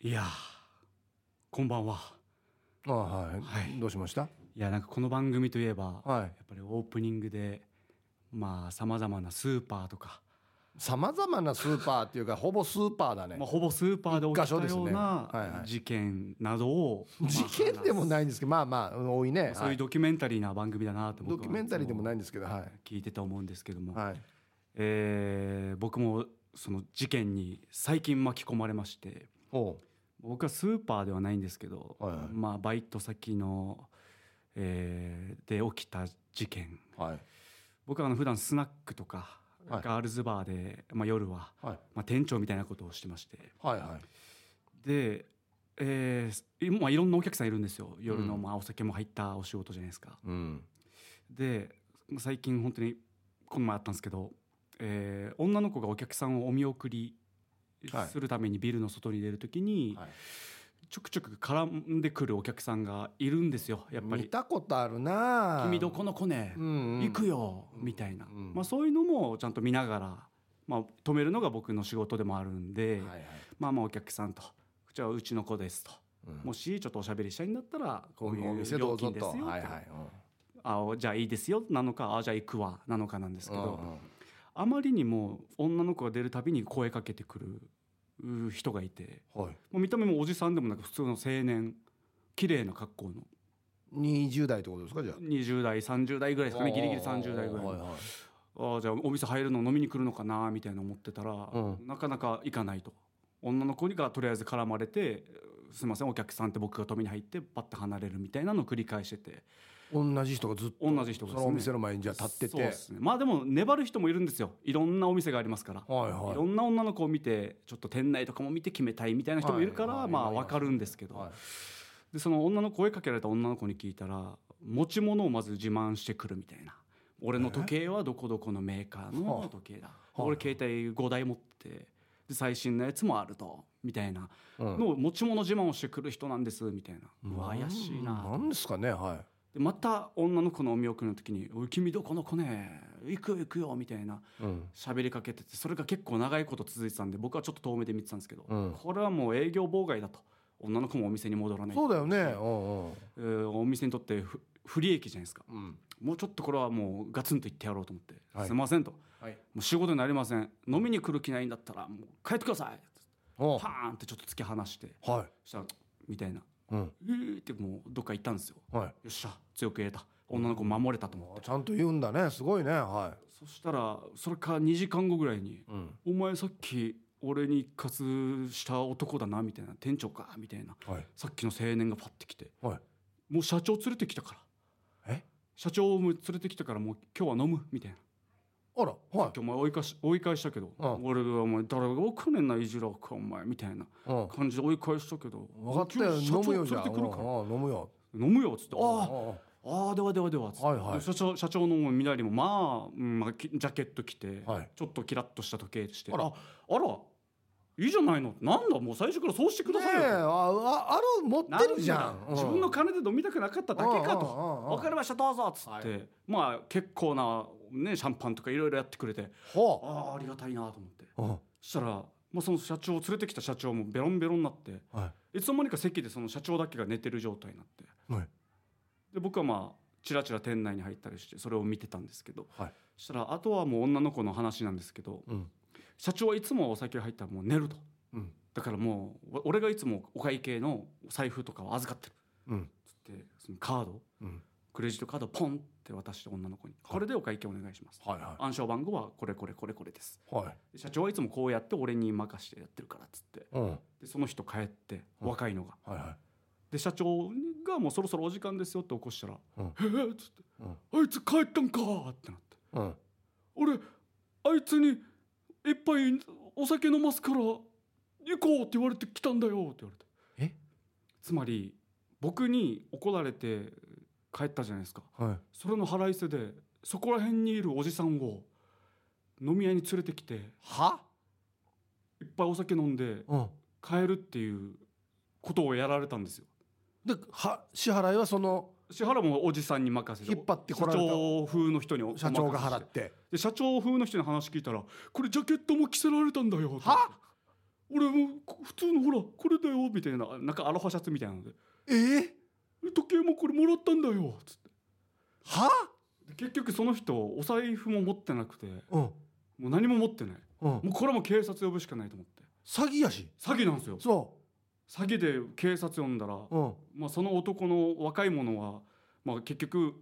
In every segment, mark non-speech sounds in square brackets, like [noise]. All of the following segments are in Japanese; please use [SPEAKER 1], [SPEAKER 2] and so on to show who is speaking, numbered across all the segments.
[SPEAKER 1] いやーこんばんは
[SPEAKER 2] あはい、
[SPEAKER 1] はい
[SPEAKER 2] どうしました
[SPEAKER 1] いやなんかこの番組といえば、や
[SPEAKER 2] はい
[SPEAKER 1] っぱりオープニングでまあさまざまなスーパーとか、
[SPEAKER 2] さまざまなスーパー
[SPEAKER 1] [laughs]
[SPEAKER 2] っていうかほぼスーパーだね、
[SPEAKER 1] まあ、ほぼスーパーで起き
[SPEAKER 2] 一箇所で
[SPEAKER 1] た
[SPEAKER 2] す
[SPEAKER 1] よう
[SPEAKER 2] ねはい
[SPEAKER 1] な
[SPEAKER 2] はい
[SPEAKER 1] 事件などを、
[SPEAKER 2] 事件でも
[SPEAKER 1] い
[SPEAKER 2] ないんですけどまあまあうん多いね
[SPEAKER 1] そういうドキュメンタリーな番組だなと
[SPEAKER 2] はい、ドキュメンタリーでもないいんですけどはい、
[SPEAKER 1] 聞いてて思うんですけども、
[SPEAKER 2] はい、
[SPEAKER 1] えー僕もその事件に最近巻き込まれまして
[SPEAKER 2] おう
[SPEAKER 1] 僕はスーパーではないんですけど、
[SPEAKER 2] はいはい
[SPEAKER 1] まあ、バイト先の、えーで起きた事件
[SPEAKER 2] はい
[SPEAKER 1] 僕はあの普段スナックとか、
[SPEAKER 2] はい
[SPEAKER 1] ガールズバーで、まあ、夜は、
[SPEAKER 2] はい
[SPEAKER 1] まあ、店長みたいなことをしてまして
[SPEAKER 2] はいはい
[SPEAKER 1] で、えーいまあ、いろんなお客さんいるんですよ夜の、
[SPEAKER 2] うん
[SPEAKER 1] まあ、お酒も入ったお仕事じゃないですか。
[SPEAKER 2] うん
[SPEAKER 1] で最近本当にこの前あったんですけど、えー女の子がお客さんをお見送り
[SPEAKER 2] はい
[SPEAKER 1] するためにビルの外に出るときに、
[SPEAKER 2] はい
[SPEAKER 1] ちょくちょく絡んでくるお客さんがいるんですよやっぱ
[SPEAKER 2] 見
[SPEAKER 1] り
[SPEAKER 2] たことあるな
[SPEAKER 1] 「君どこの子ね、
[SPEAKER 2] うんうん
[SPEAKER 1] 行くよ」みたいな、
[SPEAKER 2] うん
[SPEAKER 1] まあ、そういうのもちゃんと見ながら、まあ、止めるのが僕の仕事でもあるんで、
[SPEAKER 2] はいはい
[SPEAKER 1] まあまあお客さんと「じゃあうちの子です」と。
[SPEAKER 2] うん
[SPEAKER 1] もしちょっとおしゃべりしたいんだったらこ
[SPEAKER 2] こ
[SPEAKER 1] う
[SPEAKER 2] う
[SPEAKER 1] い
[SPEAKER 2] いうお
[SPEAKER 1] う
[SPEAKER 2] 店ど
[SPEAKER 1] 料
[SPEAKER 2] うぞ
[SPEAKER 1] 金です
[SPEAKER 2] と
[SPEAKER 1] よと
[SPEAKER 2] はいはい
[SPEAKER 1] あじゃあいいですよなのかあじゃあ行くわなのかなんです
[SPEAKER 2] う
[SPEAKER 1] け
[SPEAKER 2] ん
[SPEAKER 1] ど、
[SPEAKER 2] うんうん
[SPEAKER 1] あまりにも女の子が出るたびに声かけてくるう人がいて
[SPEAKER 2] はい
[SPEAKER 1] もう見た目もおじさんでもなく普通の青年綺麗な格好の
[SPEAKER 2] 20代ってことですかじゃあ
[SPEAKER 1] 20代30代ぐらいですかねギリギリ30代ぐらい
[SPEAKER 2] は
[SPEAKER 1] の
[SPEAKER 2] いはい
[SPEAKER 1] ああじゃあお店入るの飲みに来るのかなみたいな思ってたら、
[SPEAKER 2] う
[SPEAKER 1] なかなか行かないと女の子にがとりあえず絡まれて「すいませんお客さん」って僕が止めに入ってパッて離れるみたいなのを繰り返してて
[SPEAKER 2] 同じ人がずっと
[SPEAKER 1] 同じ人がです
[SPEAKER 2] そ
[SPEAKER 1] ね
[SPEAKER 2] のお店の前にじゃあ立って
[SPEAKER 1] そうで
[SPEAKER 2] て
[SPEAKER 1] すねまあでも粘る人もいるんですよいろんなお店がありますから
[SPEAKER 2] はい
[SPEAKER 1] いろんな女の子を見てちょっと店内とかも見て決めたいみたいな人もいるから、
[SPEAKER 2] はいはい
[SPEAKER 1] まあ
[SPEAKER 2] います
[SPEAKER 1] 分かるんですけど、
[SPEAKER 2] はい
[SPEAKER 1] でその女の声かけられた女の子に聞いたら持ち物をまず自慢してくるみたいな俺の時計はどこどこのメーカー
[SPEAKER 2] は
[SPEAKER 1] の
[SPEAKER 2] あ
[SPEAKER 1] 時計だ、
[SPEAKER 2] い
[SPEAKER 1] 俺携帯5台持っててで最新のやつもあるとみたいな
[SPEAKER 2] うん
[SPEAKER 1] のを持ち物自慢をしてくる人なんですみたいな、うわ怪しいなと
[SPEAKER 2] なんですかねはい
[SPEAKER 1] でまた女の子のお見送りの時に「おい君どこの子ね行くよ行くよ」みたいな
[SPEAKER 2] うん
[SPEAKER 1] 喋りかけててそれが結構長いこと続いてたんで僕はちょっと遠目で見てたんですけど、
[SPEAKER 2] うん
[SPEAKER 1] これはもう営業妨害だと女の子もお店に戻らない
[SPEAKER 2] そうだよねうんうん
[SPEAKER 1] えーお店にとって不不利益じゃないですか
[SPEAKER 2] うん
[SPEAKER 1] もうちょっとこれはもうガツンと言ってやろうと思って「
[SPEAKER 2] はい
[SPEAKER 1] すいません」と「も
[SPEAKER 2] はい。
[SPEAKER 1] う仕事になりません飲みに来る気ないんだったらもう帰ってください」
[SPEAKER 2] お
[SPEAKER 1] パーンってちょっと突き放して
[SPEAKER 2] は
[SPEAKER 1] したらみたいな「
[SPEAKER 2] い。うん。
[SPEAKER 1] えー」ってもうどっか行ったんですよ
[SPEAKER 2] はい。
[SPEAKER 1] よっしゃ強く言えた女の子守れたと思って
[SPEAKER 2] ちゃんと言うんだね。すごいね。は
[SPEAKER 1] そしたらそれから2時間後ぐらいに
[SPEAKER 2] い。うん。
[SPEAKER 1] 「お前さっき俺に一括した男だな」みたいな「店長か」みたいな
[SPEAKER 2] はい。
[SPEAKER 1] さっきの青年がパッて来て
[SPEAKER 2] はい。
[SPEAKER 1] 「もう社長連れてきたから
[SPEAKER 2] え
[SPEAKER 1] 社長も連れてきたからもう今日は飲む」みたいな
[SPEAKER 2] あら。
[SPEAKER 1] 「さ
[SPEAKER 2] は
[SPEAKER 1] っきお前追い返し追い返したけど
[SPEAKER 2] うん。
[SPEAKER 1] 俺がお前誰が分かんねんないじらかお前」みたいない
[SPEAKER 2] うん。
[SPEAKER 1] 感じで追い返したけど「
[SPEAKER 2] 分かったよ。
[SPEAKER 1] 今日
[SPEAKER 2] 飲むよ
[SPEAKER 1] 社
[SPEAKER 2] じ
[SPEAKER 1] 長
[SPEAKER 2] ゃ
[SPEAKER 1] 連
[SPEAKER 2] あ。
[SPEAKER 1] れてくるから
[SPEAKER 2] うんうん飲むよ。
[SPEAKER 1] 飲むよ」っつって「ああ
[SPEAKER 2] あ
[SPEAKER 1] ああではではでは」つって
[SPEAKER 2] はいはい
[SPEAKER 1] 社長社長の身なりもまあ、うんまあ、きジャケット着て、
[SPEAKER 2] はい
[SPEAKER 1] ちょっとキラッとした時計して
[SPEAKER 2] あら
[SPEAKER 1] ああらいいじゃないのなんだもう最初からそうしてくだ
[SPEAKER 2] ね
[SPEAKER 1] さい
[SPEAKER 2] え
[SPEAKER 1] よ、
[SPEAKER 2] ああある持ってるじゃん
[SPEAKER 1] な。だ
[SPEAKER 2] うん
[SPEAKER 1] 自分の金で飲みたくなかっただけか
[SPEAKER 2] うんうん
[SPEAKER 1] と
[SPEAKER 2] うんうん
[SPEAKER 1] 分かりましたどうぞっつって、
[SPEAKER 2] は
[SPEAKER 1] まあ結構なねシャンパンとかいろいろやってくれて
[SPEAKER 2] ほ
[SPEAKER 1] ああありがたいなと思って
[SPEAKER 2] う。うん。
[SPEAKER 1] そしたら、まあ、その社長連れてきた社長もベロンベロンになって
[SPEAKER 2] はい
[SPEAKER 1] つの間にか席でその社長だけが寝てる状態になって
[SPEAKER 2] い。はい。
[SPEAKER 1] で僕はまあチラチラ店内に入ったりしてそれを見てたんですけど
[SPEAKER 2] はい。
[SPEAKER 1] そしたらあとはもう女の子の話なんですけど
[SPEAKER 2] うん。
[SPEAKER 1] 社長はいつもお酒入ったらもう寝ると
[SPEAKER 2] うん。
[SPEAKER 1] だからもうわ俺がいつもお会計の財布とかを預かってる
[SPEAKER 2] うん。
[SPEAKER 1] っつってそのカード
[SPEAKER 2] うん。
[SPEAKER 1] クレジットカードポンって渡して女の子に「これでお会計お願いします」
[SPEAKER 2] はいは
[SPEAKER 1] 暗証番号はこれこれこれこれです
[SPEAKER 2] い。はい。
[SPEAKER 1] で社長はいつもこうやって俺に任してやってるからっつって
[SPEAKER 2] うん。はい
[SPEAKER 1] でその人帰って
[SPEAKER 2] うん
[SPEAKER 1] 若いのが
[SPEAKER 2] は
[SPEAKER 1] で社長がもうそろそろお時間ですよって起こしたら「
[SPEAKER 2] うん
[SPEAKER 1] へえ」っつって
[SPEAKER 2] い。うん
[SPEAKER 1] 「あいつ帰ったんか」ってなって。
[SPEAKER 2] うん。
[SPEAKER 1] 俺あいつに一杯お酒飲ますから行こうって言われて来たんだよって言われて
[SPEAKER 2] え
[SPEAKER 1] つまり僕に怒られて帰ったじゃないですか
[SPEAKER 2] はい。
[SPEAKER 1] それの腹いせでそこら辺にいるおじさんを飲み屋に連れてきて
[SPEAKER 2] は？
[SPEAKER 1] いっぱいお酒飲んで
[SPEAKER 2] うん。
[SPEAKER 1] 帰るっていうことをやられたんですよ
[SPEAKER 2] で、は支払いはその
[SPEAKER 1] 支払いもおじさんに任せて
[SPEAKER 2] 引っ張ってこられた
[SPEAKER 1] 社長風の人にお
[SPEAKER 2] 社長が
[SPEAKER 1] お任せし
[SPEAKER 2] 払
[SPEAKER 1] て
[SPEAKER 2] って。
[SPEAKER 1] で社長風の人に話聞いたら「これジャケットも着せられたんだよ」って
[SPEAKER 2] は
[SPEAKER 1] 俺もうこ普通のほらこれだよみたいななんかアロハシャツみたいなので
[SPEAKER 2] えー、
[SPEAKER 1] え時計もこれもらったんだよつって
[SPEAKER 2] は
[SPEAKER 1] で結局その人お財布も持ってなくて
[SPEAKER 2] うん
[SPEAKER 1] もう何も持ってない
[SPEAKER 2] うん
[SPEAKER 1] もうこれはもう警察呼ぶしかないと思って
[SPEAKER 2] 詐欺やし
[SPEAKER 1] 詐欺なんですよ
[SPEAKER 2] そ
[SPEAKER 1] 詐欺で警察呼んだら、
[SPEAKER 2] ううん
[SPEAKER 1] まあ、その男の若い者は、まあ、結局、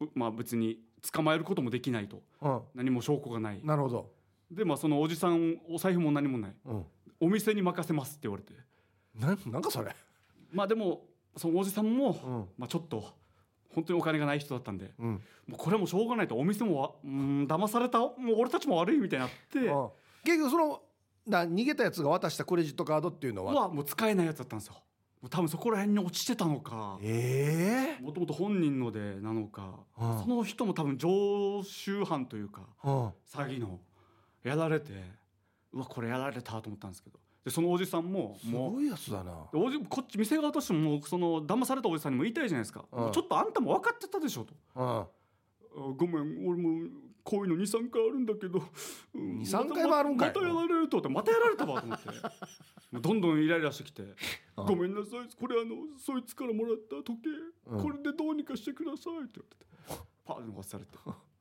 [SPEAKER 1] うまあ、別に捕まえることもできないと
[SPEAKER 2] うん
[SPEAKER 1] 何も証拠がない
[SPEAKER 2] なるほど
[SPEAKER 1] で、まあ、そのおじさんお財布も何もない
[SPEAKER 2] うん
[SPEAKER 1] お店に任せますって言われて
[SPEAKER 2] なんなんかそれ
[SPEAKER 1] まあでもそのおじさんも、
[SPEAKER 2] ん
[SPEAKER 1] まあ、ちょっと本当にお金がない人だったんで
[SPEAKER 2] うん
[SPEAKER 1] もうこれはもうしょうがないとお店もわうーん騙されたもう俺たちも悪いみたいになって
[SPEAKER 2] うん結局そのな逃げたやつが渡したクレジットカードっていうのは
[SPEAKER 1] はもう使えないやつだったんですよもう多分そこら辺に落ちてたのか
[SPEAKER 2] ええ
[SPEAKER 1] もともと本人のでなのか
[SPEAKER 2] うん
[SPEAKER 1] その人も多分常習犯というか
[SPEAKER 2] うん
[SPEAKER 1] 詐欺のやられてうわこれやられたと思ったんですけどでそのおじさんも
[SPEAKER 2] す
[SPEAKER 1] もう
[SPEAKER 2] ごいやつだな
[SPEAKER 1] でおじこっち店側としてももうその騙されたおじさんにも言いたいじゃないですか、
[SPEAKER 2] うん
[SPEAKER 1] もうちょっとあんたも分かってたでしょと
[SPEAKER 2] うん
[SPEAKER 1] あごめん俺もこういうの23回あるんだけど、 [laughs] うん
[SPEAKER 2] 2 3回もあるんかい
[SPEAKER 1] またまたやられるとってまたやられたわと思って [laughs] もうどんどんイライラしてきて「
[SPEAKER 2] あ
[SPEAKER 1] ごめんなさいこれあのそいつからもらった時計、
[SPEAKER 2] うん
[SPEAKER 1] これでどうにかしてください」って言われ [laughs] てパーン渡されて。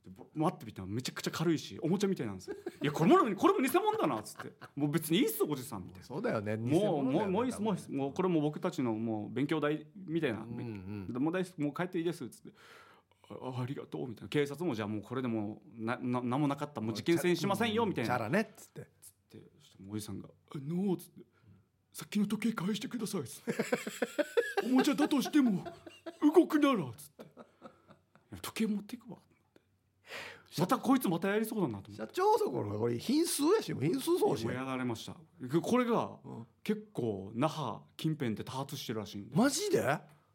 [SPEAKER 1] でぼ待ってみたらめちゃくちゃ軽いしおもちゃみたいなんですよ「いやこれもこれも偽物だな」っつって「もう別にいいっすおじさん」みたいな
[SPEAKER 2] そうだよ
[SPEAKER 1] 「
[SPEAKER 2] ね
[SPEAKER 1] もうもうもういいっすもういいっ
[SPEAKER 2] す
[SPEAKER 1] すもうこれもう僕たちのもう勉強代みたいな、
[SPEAKER 2] うんうん
[SPEAKER 1] でもう大好きもう帰っていいです」っつって「ああありがとう」みたいな警察もじゃあもうこれでもうなな何もなかったもう事件性にしませんよみたい
[SPEAKER 2] チ
[SPEAKER 1] な
[SPEAKER 2] ャラねっつって
[SPEAKER 1] ってそしたらもうおじさんが「あのー」つって「さっきの時計返してください」つって「おもちゃだとしても動くなら」つっていや「時計持っていくわ」またこいつまたやりそうだなと思って
[SPEAKER 2] 社長そころがこれ品数やし品数そうし
[SPEAKER 1] もうやられましたこれが結構那覇近辺で多発してるらしいんで
[SPEAKER 2] マジで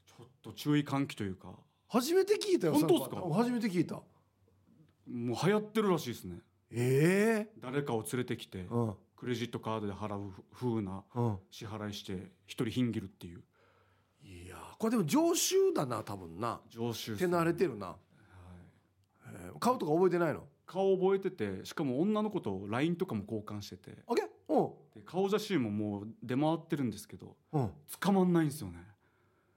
[SPEAKER 1] ちょっと注意喚起というか
[SPEAKER 2] 初めて聞いたよ
[SPEAKER 1] 本当っすか
[SPEAKER 2] その初めて聞いた
[SPEAKER 1] もう流行ってるらしいですね
[SPEAKER 2] え
[SPEAKER 1] 誰かを連れてきて
[SPEAKER 2] えうん
[SPEAKER 1] クレジットカードで払う風な
[SPEAKER 2] うん
[SPEAKER 1] 支払いして一人hin切るっていう
[SPEAKER 2] いやーこれでも常習だな多分な
[SPEAKER 1] 常習っ
[SPEAKER 2] 手
[SPEAKER 1] すね
[SPEAKER 2] 慣れてるな、
[SPEAKER 1] はい
[SPEAKER 2] えー、顔とか覚えてないの
[SPEAKER 1] 顔覚えててしかも女の子と LINE とかも交換してて
[SPEAKER 2] あげうん
[SPEAKER 1] で顔写真ももう出回ってるんですけど
[SPEAKER 2] うん
[SPEAKER 1] 捕まんないんですよね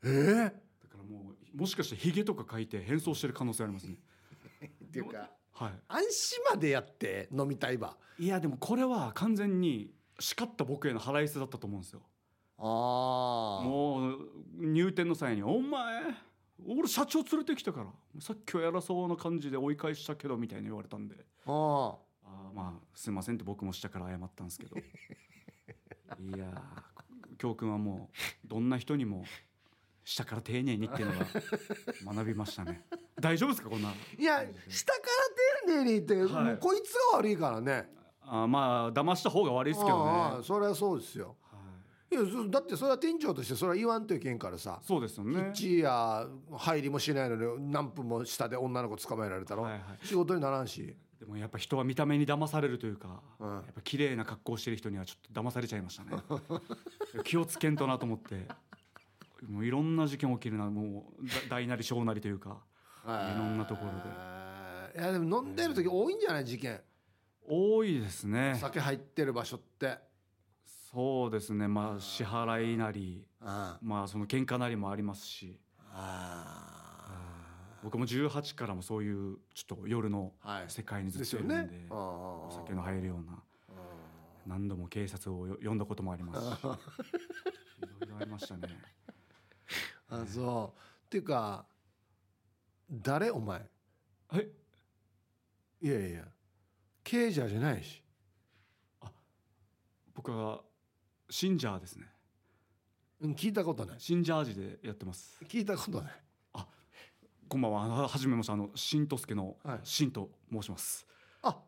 [SPEAKER 2] えー、
[SPEAKER 1] だからもうもしかしてヒゲとか書いて変装してる可能性ありますね
[SPEAKER 2] っていうか
[SPEAKER 1] は
[SPEAKER 2] 安心までやって飲みたいば
[SPEAKER 1] いいやでもこれは完全に叱った僕への腹いせだったと思うんですよ
[SPEAKER 2] あも
[SPEAKER 1] もう入店の際に「お前俺社長連れてきたからさっきはやらそうな感じで追い返したけど」みたいに言われたんで
[SPEAKER 2] うあ
[SPEAKER 1] あーまあすいませんって僕も下から謝ったんですけ
[SPEAKER 2] [laughs]
[SPEAKER 1] どいやー教訓はもうどんな人にも下から丁寧にっていうのが学びましたね大丈夫ですかこんない
[SPEAKER 2] や下から丁寧に言って、
[SPEAKER 1] はい
[SPEAKER 2] もうこいつが悪いからね
[SPEAKER 1] あーまあ騙した方が悪いですけどね、
[SPEAKER 2] あ
[SPEAKER 1] は
[SPEAKER 2] あそれはそうですよ
[SPEAKER 1] い、
[SPEAKER 2] いやそだってそれは店長としてそれは言わんといけんからさ
[SPEAKER 1] そうですよね
[SPEAKER 2] 一夜入りもしないのに何分も下で女の子捕まえられたら、
[SPEAKER 1] はいはい
[SPEAKER 2] 仕事にならんし
[SPEAKER 1] でもやっぱ人は見た目に騙されるというか、
[SPEAKER 2] うん
[SPEAKER 1] やっぱ綺麗な格好してる人にはちょっと騙されちゃいま
[SPEAKER 2] [laughs]
[SPEAKER 1] したね気をつけんとなと思ってもういろんな事件起きるなもうだ大なり小なりというか
[SPEAKER 2] いろ
[SPEAKER 1] んなところで
[SPEAKER 2] でいやでも飲んでる時多いんじゃない事件
[SPEAKER 1] 多いですね
[SPEAKER 2] 酒入ってる場所って
[SPEAKER 1] そうですねまあ支払いなり
[SPEAKER 2] あ
[SPEAKER 1] まあその喧嘩なりもありますし
[SPEAKER 2] あ
[SPEAKER 1] 僕も18からもそういうちょっと夜の
[SPEAKER 2] はい
[SPEAKER 1] 世界にず
[SPEAKER 2] で
[SPEAKER 1] っ
[SPEAKER 2] す
[SPEAKER 1] とい
[SPEAKER 2] よ
[SPEAKER 1] るんで,、
[SPEAKER 2] ね
[SPEAKER 1] お
[SPEAKER 2] お
[SPEAKER 1] 酒の入るような何度も警察をよ呼んだこともありますしい
[SPEAKER 2] [laughs]
[SPEAKER 1] ろいろありましたね
[SPEAKER 2] あそうっていうか誰お前
[SPEAKER 1] え
[SPEAKER 2] いやいや刑事じゃないし
[SPEAKER 1] 僕は信者ですね
[SPEAKER 2] うん聞いたことない
[SPEAKER 1] 信者味でやってます
[SPEAKER 2] 聞いたことない
[SPEAKER 1] こんばんはははじめましてあの新とすけの
[SPEAKER 2] はい
[SPEAKER 1] 新と申します、
[SPEAKER 2] あ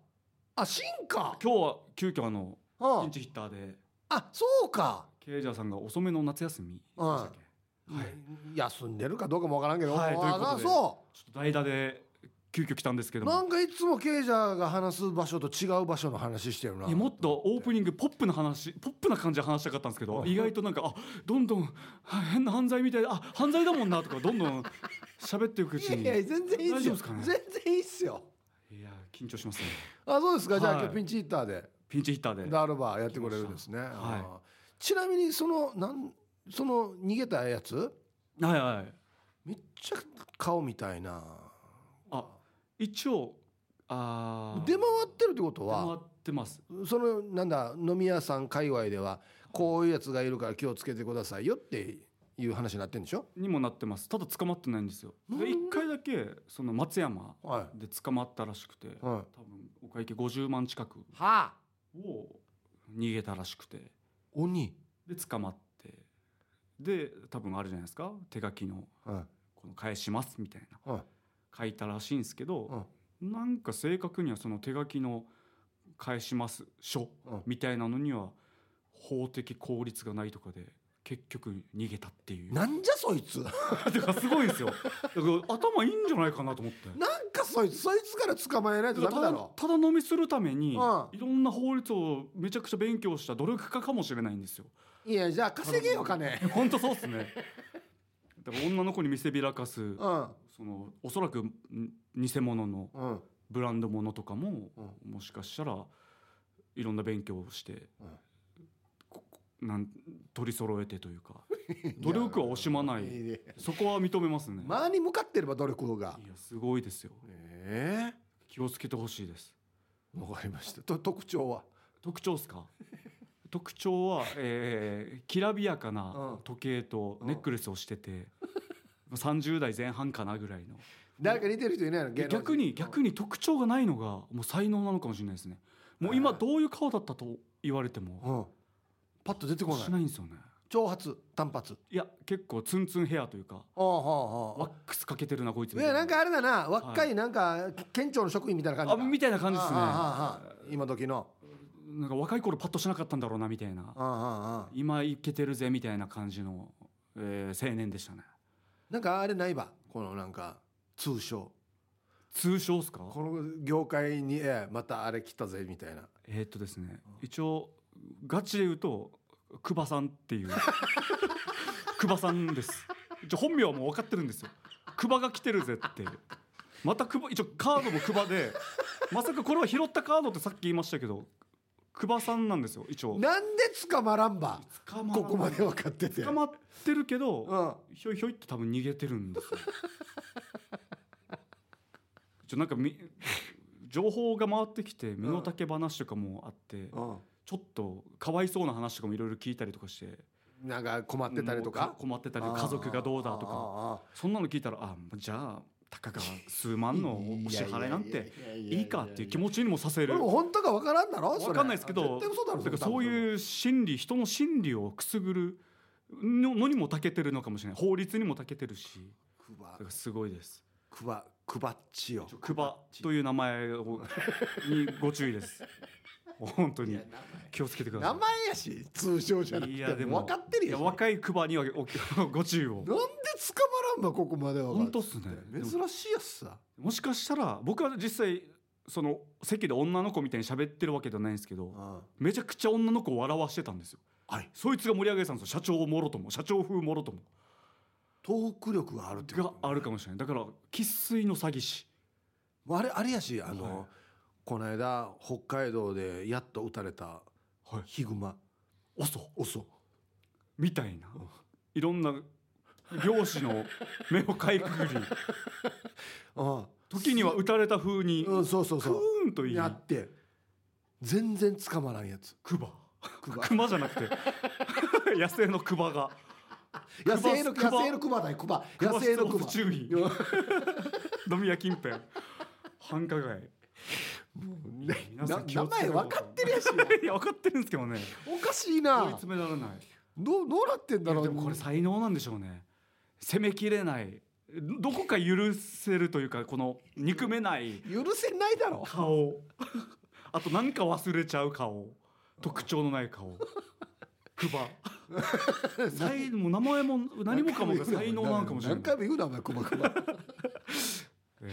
[SPEAKER 2] あ進化
[SPEAKER 1] 今日は急遽あのピ
[SPEAKER 2] あ
[SPEAKER 1] ンチヒッターで
[SPEAKER 2] あそうか
[SPEAKER 1] ケイジャーさんが遅めの夏休みでしたっけはい
[SPEAKER 2] 休んでるかどうかもわからんけど、
[SPEAKER 1] はい
[SPEAKER 2] あ
[SPEAKER 1] ということで
[SPEAKER 2] そ
[SPEAKER 1] ちょっと代打で急遽来たんですけ
[SPEAKER 2] う
[SPEAKER 1] ど
[SPEAKER 2] な
[SPEAKER 1] も
[SPEAKER 2] んかいつもケイジャーが話す場所と違う場所の話してるない
[SPEAKER 1] やもっとオープニングポップな話ポップな感じで話したかったんですけど
[SPEAKER 2] はい
[SPEAKER 1] 意外となんかあどんどんは変な犯罪みたいであ犯罪だもんなとかどんどん喋っていくうちに
[SPEAKER 2] いやいや全然いいっ
[SPEAKER 1] 大丈夫
[SPEAKER 2] すよ
[SPEAKER 1] ですかね
[SPEAKER 2] 全然いいっすよ
[SPEAKER 1] いや緊張しますね
[SPEAKER 2] あそうですか、じゃあ
[SPEAKER 1] はい
[SPEAKER 2] 今日ピンチヒッターで
[SPEAKER 1] ピンチヒッターで
[SPEAKER 2] であればやってくれるんですね、
[SPEAKER 1] はい
[SPEAKER 2] あーちなみにそのなんその逃げたやつ
[SPEAKER 1] はいはい
[SPEAKER 2] めっちゃ顔みたいな
[SPEAKER 1] あ一応あー
[SPEAKER 2] 出回ってるってこと
[SPEAKER 1] 出回
[SPEAKER 2] は
[SPEAKER 1] ってます
[SPEAKER 2] そのなんだ飲み屋さん界隈ではこういうやつがいるから気をつけてくださいよっていう話になってるんでしょ
[SPEAKER 1] にもなってますただ捕まってないんですよ
[SPEAKER 2] なん
[SPEAKER 1] で
[SPEAKER 2] で
[SPEAKER 1] 一回だけその松山
[SPEAKER 2] は
[SPEAKER 1] で捕まったらしくて
[SPEAKER 2] い、は
[SPEAKER 1] 多分お会計50万近く
[SPEAKER 2] い、はあ
[SPEAKER 1] を逃げたらしくて
[SPEAKER 2] 鬼、
[SPEAKER 1] で捕まってで多分あるじゃないですか手書きの
[SPEAKER 2] は
[SPEAKER 1] この返しますみたいない
[SPEAKER 2] はい
[SPEAKER 1] 書いたらしいんですけ
[SPEAKER 2] う
[SPEAKER 1] ど、
[SPEAKER 2] ん
[SPEAKER 1] なんか正確にはその手書きの返します書
[SPEAKER 2] うん
[SPEAKER 1] みたいなのには法的効率がないとかで結局逃げたっていう
[SPEAKER 2] なんじゃそいつ [laughs]
[SPEAKER 1] だからすごいんですよだから頭いいんじゃないかなと思って。
[SPEAKER 2] なんかそいつそいつから捕まえないと
[SPEAKER 1] た
[SPEAKER 2] ダメ
[SPEAKER 1] だ
[SPEAKER 2] だろ
[SPEAKER 1] ただ飲みするためにいろ
[SPEAKER 2] うん
[SPEAKER 1] んな法律をめちゃくちゃ勉強した努力家かもしれないんですよ。
[SPEAKER 2] いやじゃあ稼げよ金
[SPEAKER 1] 本当そうっすねだから女の子に見せびらかす
[SPEAKER 2] うん
[SPEAKER 1] そのおそらくん偽物の
[SPEAKER 2] うん
[SPEAKER 1] ブランド物とかも、もしかしたらいろんな勉強をして、
[SPEAKER 2] うん
[SPEAKER 1] ここなん取り揃えてというか努力は惜しまない
[SPEAKER 2] いね
[SPEAKER 1] そこは認めますね、
[SPEAKER 2] 間に向かってれば努力が
[SPEAKER 1] いやすごいですよ
[SPEAKER 2] え
[SPEAKER 1] 気をつけてほしいです
[SPEAKER 2] えわかりましたと特徴は
[SPEAKER 1] 特徴ですか [laughs] 特徴は、えーきらびやかな
[SPEAKER 2] うん
[SPEAKER 1] 時計とネックレスをしてて、30代前半かなぐらいの
[SPEAKER 2] 誰か似てる人いないの芸能人
[SPEAKER 1] 逆に逆に特徴がないのがもう才能なのかもしれないですねもう今
[SPEAKER 2] はい
[SPEAKER 1] どういう顔だったと言われても
[SPEAKER 2] うんパッと出てこ
[SPEAKER 1] し
[SPEAKER 2] な
[SPEAKER 1] ないいんですよね
[SPEAKER 2] 長髪短髪
[SPEAKER 1] いや結構ツンツンヘアというか
[SPEAKER 2] ああ
[SPEAKER 1] ワックスかけてるなこいつ
[SPEAKER 2] い
[SPEAKER 1] みたい
[SPEAKER 2] や
[SPEAKER 1] な
[SPEAKER 2] なんかあれだな若いなんか県庁の職員みたいな感じ
[SPEAKER 1] あ
[SPEAKER 2] だ
[SPEAKER 1] みたいな感じですね
[SPEAKER 2] ああああああ今時の
[SPEAKER 1] なんか若い頃パッとしなかったんだろうなみたいな
[SPEAKER 2] ああああ
[SPEAKER 1] 今いけてるぜみたいな感じの、えー青年でしたね
[SPEAKER 2] なんかあれないばこのなんか通称
[SPEAKER 1] 通称ですか
[SPEAKER 2] この業界にええまたあれ来たぜみたいな
[SPEAKER 1] えーっとですね一応ガチで言うと久保さんっていう [laughs] 久保さんです一応本名はもう分かってるんですよ久保が来てるぜってまた久保一応カードも久保でまさかこれは拾ったカードってさっき言いましたけど久保さんなんですよ一応
[SPEAKER 2] なんで捕まらんば
[SPEAKER 1] 捕ま
[SPEAKER 2] ここまで分かってて
[SPEAKER 1] 捕まってるけど、
[SPEAKER 2] うん
[SPEAKER 1] ひょいひょいって多分逃げてるんですよちょなんかみ情報が回ってきて身の丈話とかもあって、
[SPEAKER 2] う
[SPEAKER 1] ちょっとかわいそうな話とかもいろいろ聞いたりとかして
[SPEAKER 2] ん、なんか困ってたりと
[SPEAKER 1] も
[SPEAKER 2] か
[SPEAKER 1] う困ってたり家族がどうだとか
[SPEAKER 2] か
[SPEAKER 1] そんなの聞いたらあじゃあたか
[SPEAKER 2] [laughs]
[SPEAKER 1] が数万のお支払いなんていいかっていう気
[SPEAKER 2] ち
[SPEAKER 1] 持ちにもさせ
[SPEAKER 2] こ
[SPEAKER 1] る
[SPEAKER 2] れも本当か分からんだろそれ
[SPEAKER 1] 分かんないですけど
[SPEAKER 2] 絶対嘘だろ
[SPEAKER 1] だからそう
[SPEAKER 2] う
[SPEAKER 1] いう心理人の心理をくすぐるののにも長けてるのかもしれない法律にも長けてるし
[SPEAKER 2] ク
[SPEAKER 1] だ
[SPEAKER 2] バ
[SPEAKER 1] からすごいです
[SPEAKER 2] クバクバッチよ
[SPEAKER 1] クバという名前をにご注意です本当
[SPEAKER 2] い
[SPEAKER 1] に
[SPEAKER 2] や名
[SPEAKER 1] 気をつけてく
[SPEAKER 2] 前
[SPEAKER 1] ださ
[SPEAKER 2] 名前やし通称じゃなく
[SPEAKER 1] い
[SPEAKER 2] て
[SPEAKER 1] いやでも
[SPEAKER 2] 分かって
[SPEAKER 1] い
[SPEAKER 2] る
[SPEAKER 1] いや
[SPEAKER 2] よ
[SPEAKER 1] 若いクバにはおご注意を
[SPEAKER 2] なんで捕まらんばここまでは
[SPEAKER 1] 本当っすね
[SPEAKER 2] 珍しいやつさ
[SPEAKER 1] もしかしたら僕は実際その席で女の子みたいに喋ってるわけじゃないんですけど
[SPEAKER 2] うん
[SPEAKER 1] めちゃくちゃ女の子を笑わしてたんですよ
[SPEAKER 2] はい
[SPEAKER 1] そいつが盛り上げてたんですよ社長をもろとも社長風もろとも
[SPEAKER 2] トーク力があるってこ
[SPEAKER 1] が
[SPEAKER 2] と
[SPEAKER 1] あるかもしれないだから生粋の詐欺師
[SPEAKER 2] あれあれやしあの、
[SPEAKER 1] はい
[SPEAKER 2] この間北海道でやっと撃たれた
[SPEAKER 1] はい
[SPEAKER 2] ヒグマ
[SPEAKER 1] オソ
[SPEAKER 2] オソ
[SPEAKER 1] みたいないろんな漁師
[SPEAKER 2] [laughs]
[SPEAKER 1] の目をかいくぐり
[SPEAKER 2] うん
[SPEAKER 1] 時には撃たれた風に
[SPEAKER 2] うん、そうそう
[SPEAKER 1] ク
[SPEAKER 2] そう。
[SPEAKER 1] ーンと言い
[SPEAKER 2] やって全然捕まらんやつ。
[SPEAKER 1] クバ
[SPEAKER 2] クバ
[SPEAKER 1] クマじゃなく
[SPEAKER 2] [laughs]
[SPEAKER 1] て野生のクバが
[SPEAKER 2] 野生の
[SPEAKER 1] クバ
[SPEAKER 2] 野生のクバだよクバ。
[SPEAKER 1] クバ
[SPEAKER 2] 野生のク
[SPEAKER 1] 出
[SPEAKER 2] バ
[SPEAKER 1] 没。注意飲み屋近辺繁華街
[SPEAKER 2] ね
[SPEAKER 1] 皆さ
[SPEAKER 2] なん
[SPEAKER 1] 気
[SPEAKER 2] 名
[SPEAKER 1] をつけて
[SPEAKER 2] 前分かってるやし。
[SPEAKER 1] [laughs] いや分かってるんですけどね
[SPEAKER 2] おかしい
[SPEAKER 1] 追い
[SPEAKER 2] な。
[SPEAKER 1] 詰められない
[SPEAKER 2] どうどうなってんだ
[SPEAKER 1] い
[SPEAKER 2] ろ
[SPEAKER 1] や
[SPEAKER 2] う。
[SPEAKER 1] でもこれ才能なんでしょうね攻めきれないどこか許せるというかこの憎めない
[SPEAKER 2] 許せないだ
[SPEAKER 1] [laughs]
[SPEAKER 2] ろ。
[SPEAKER 1] 顔あと何か忘れちゃう顔特徴のない
[SPEAKER 2] [laughs]
[SPEAKER 1] 顔クバ才もう名前も何もかもが才能なのかもしれない
[SPEAKER 2] 何、回も言うなお前クバ
[SPEAKER 1] [laughs]
[SPEAKER 2] クバ。
[SPEAKER 1] え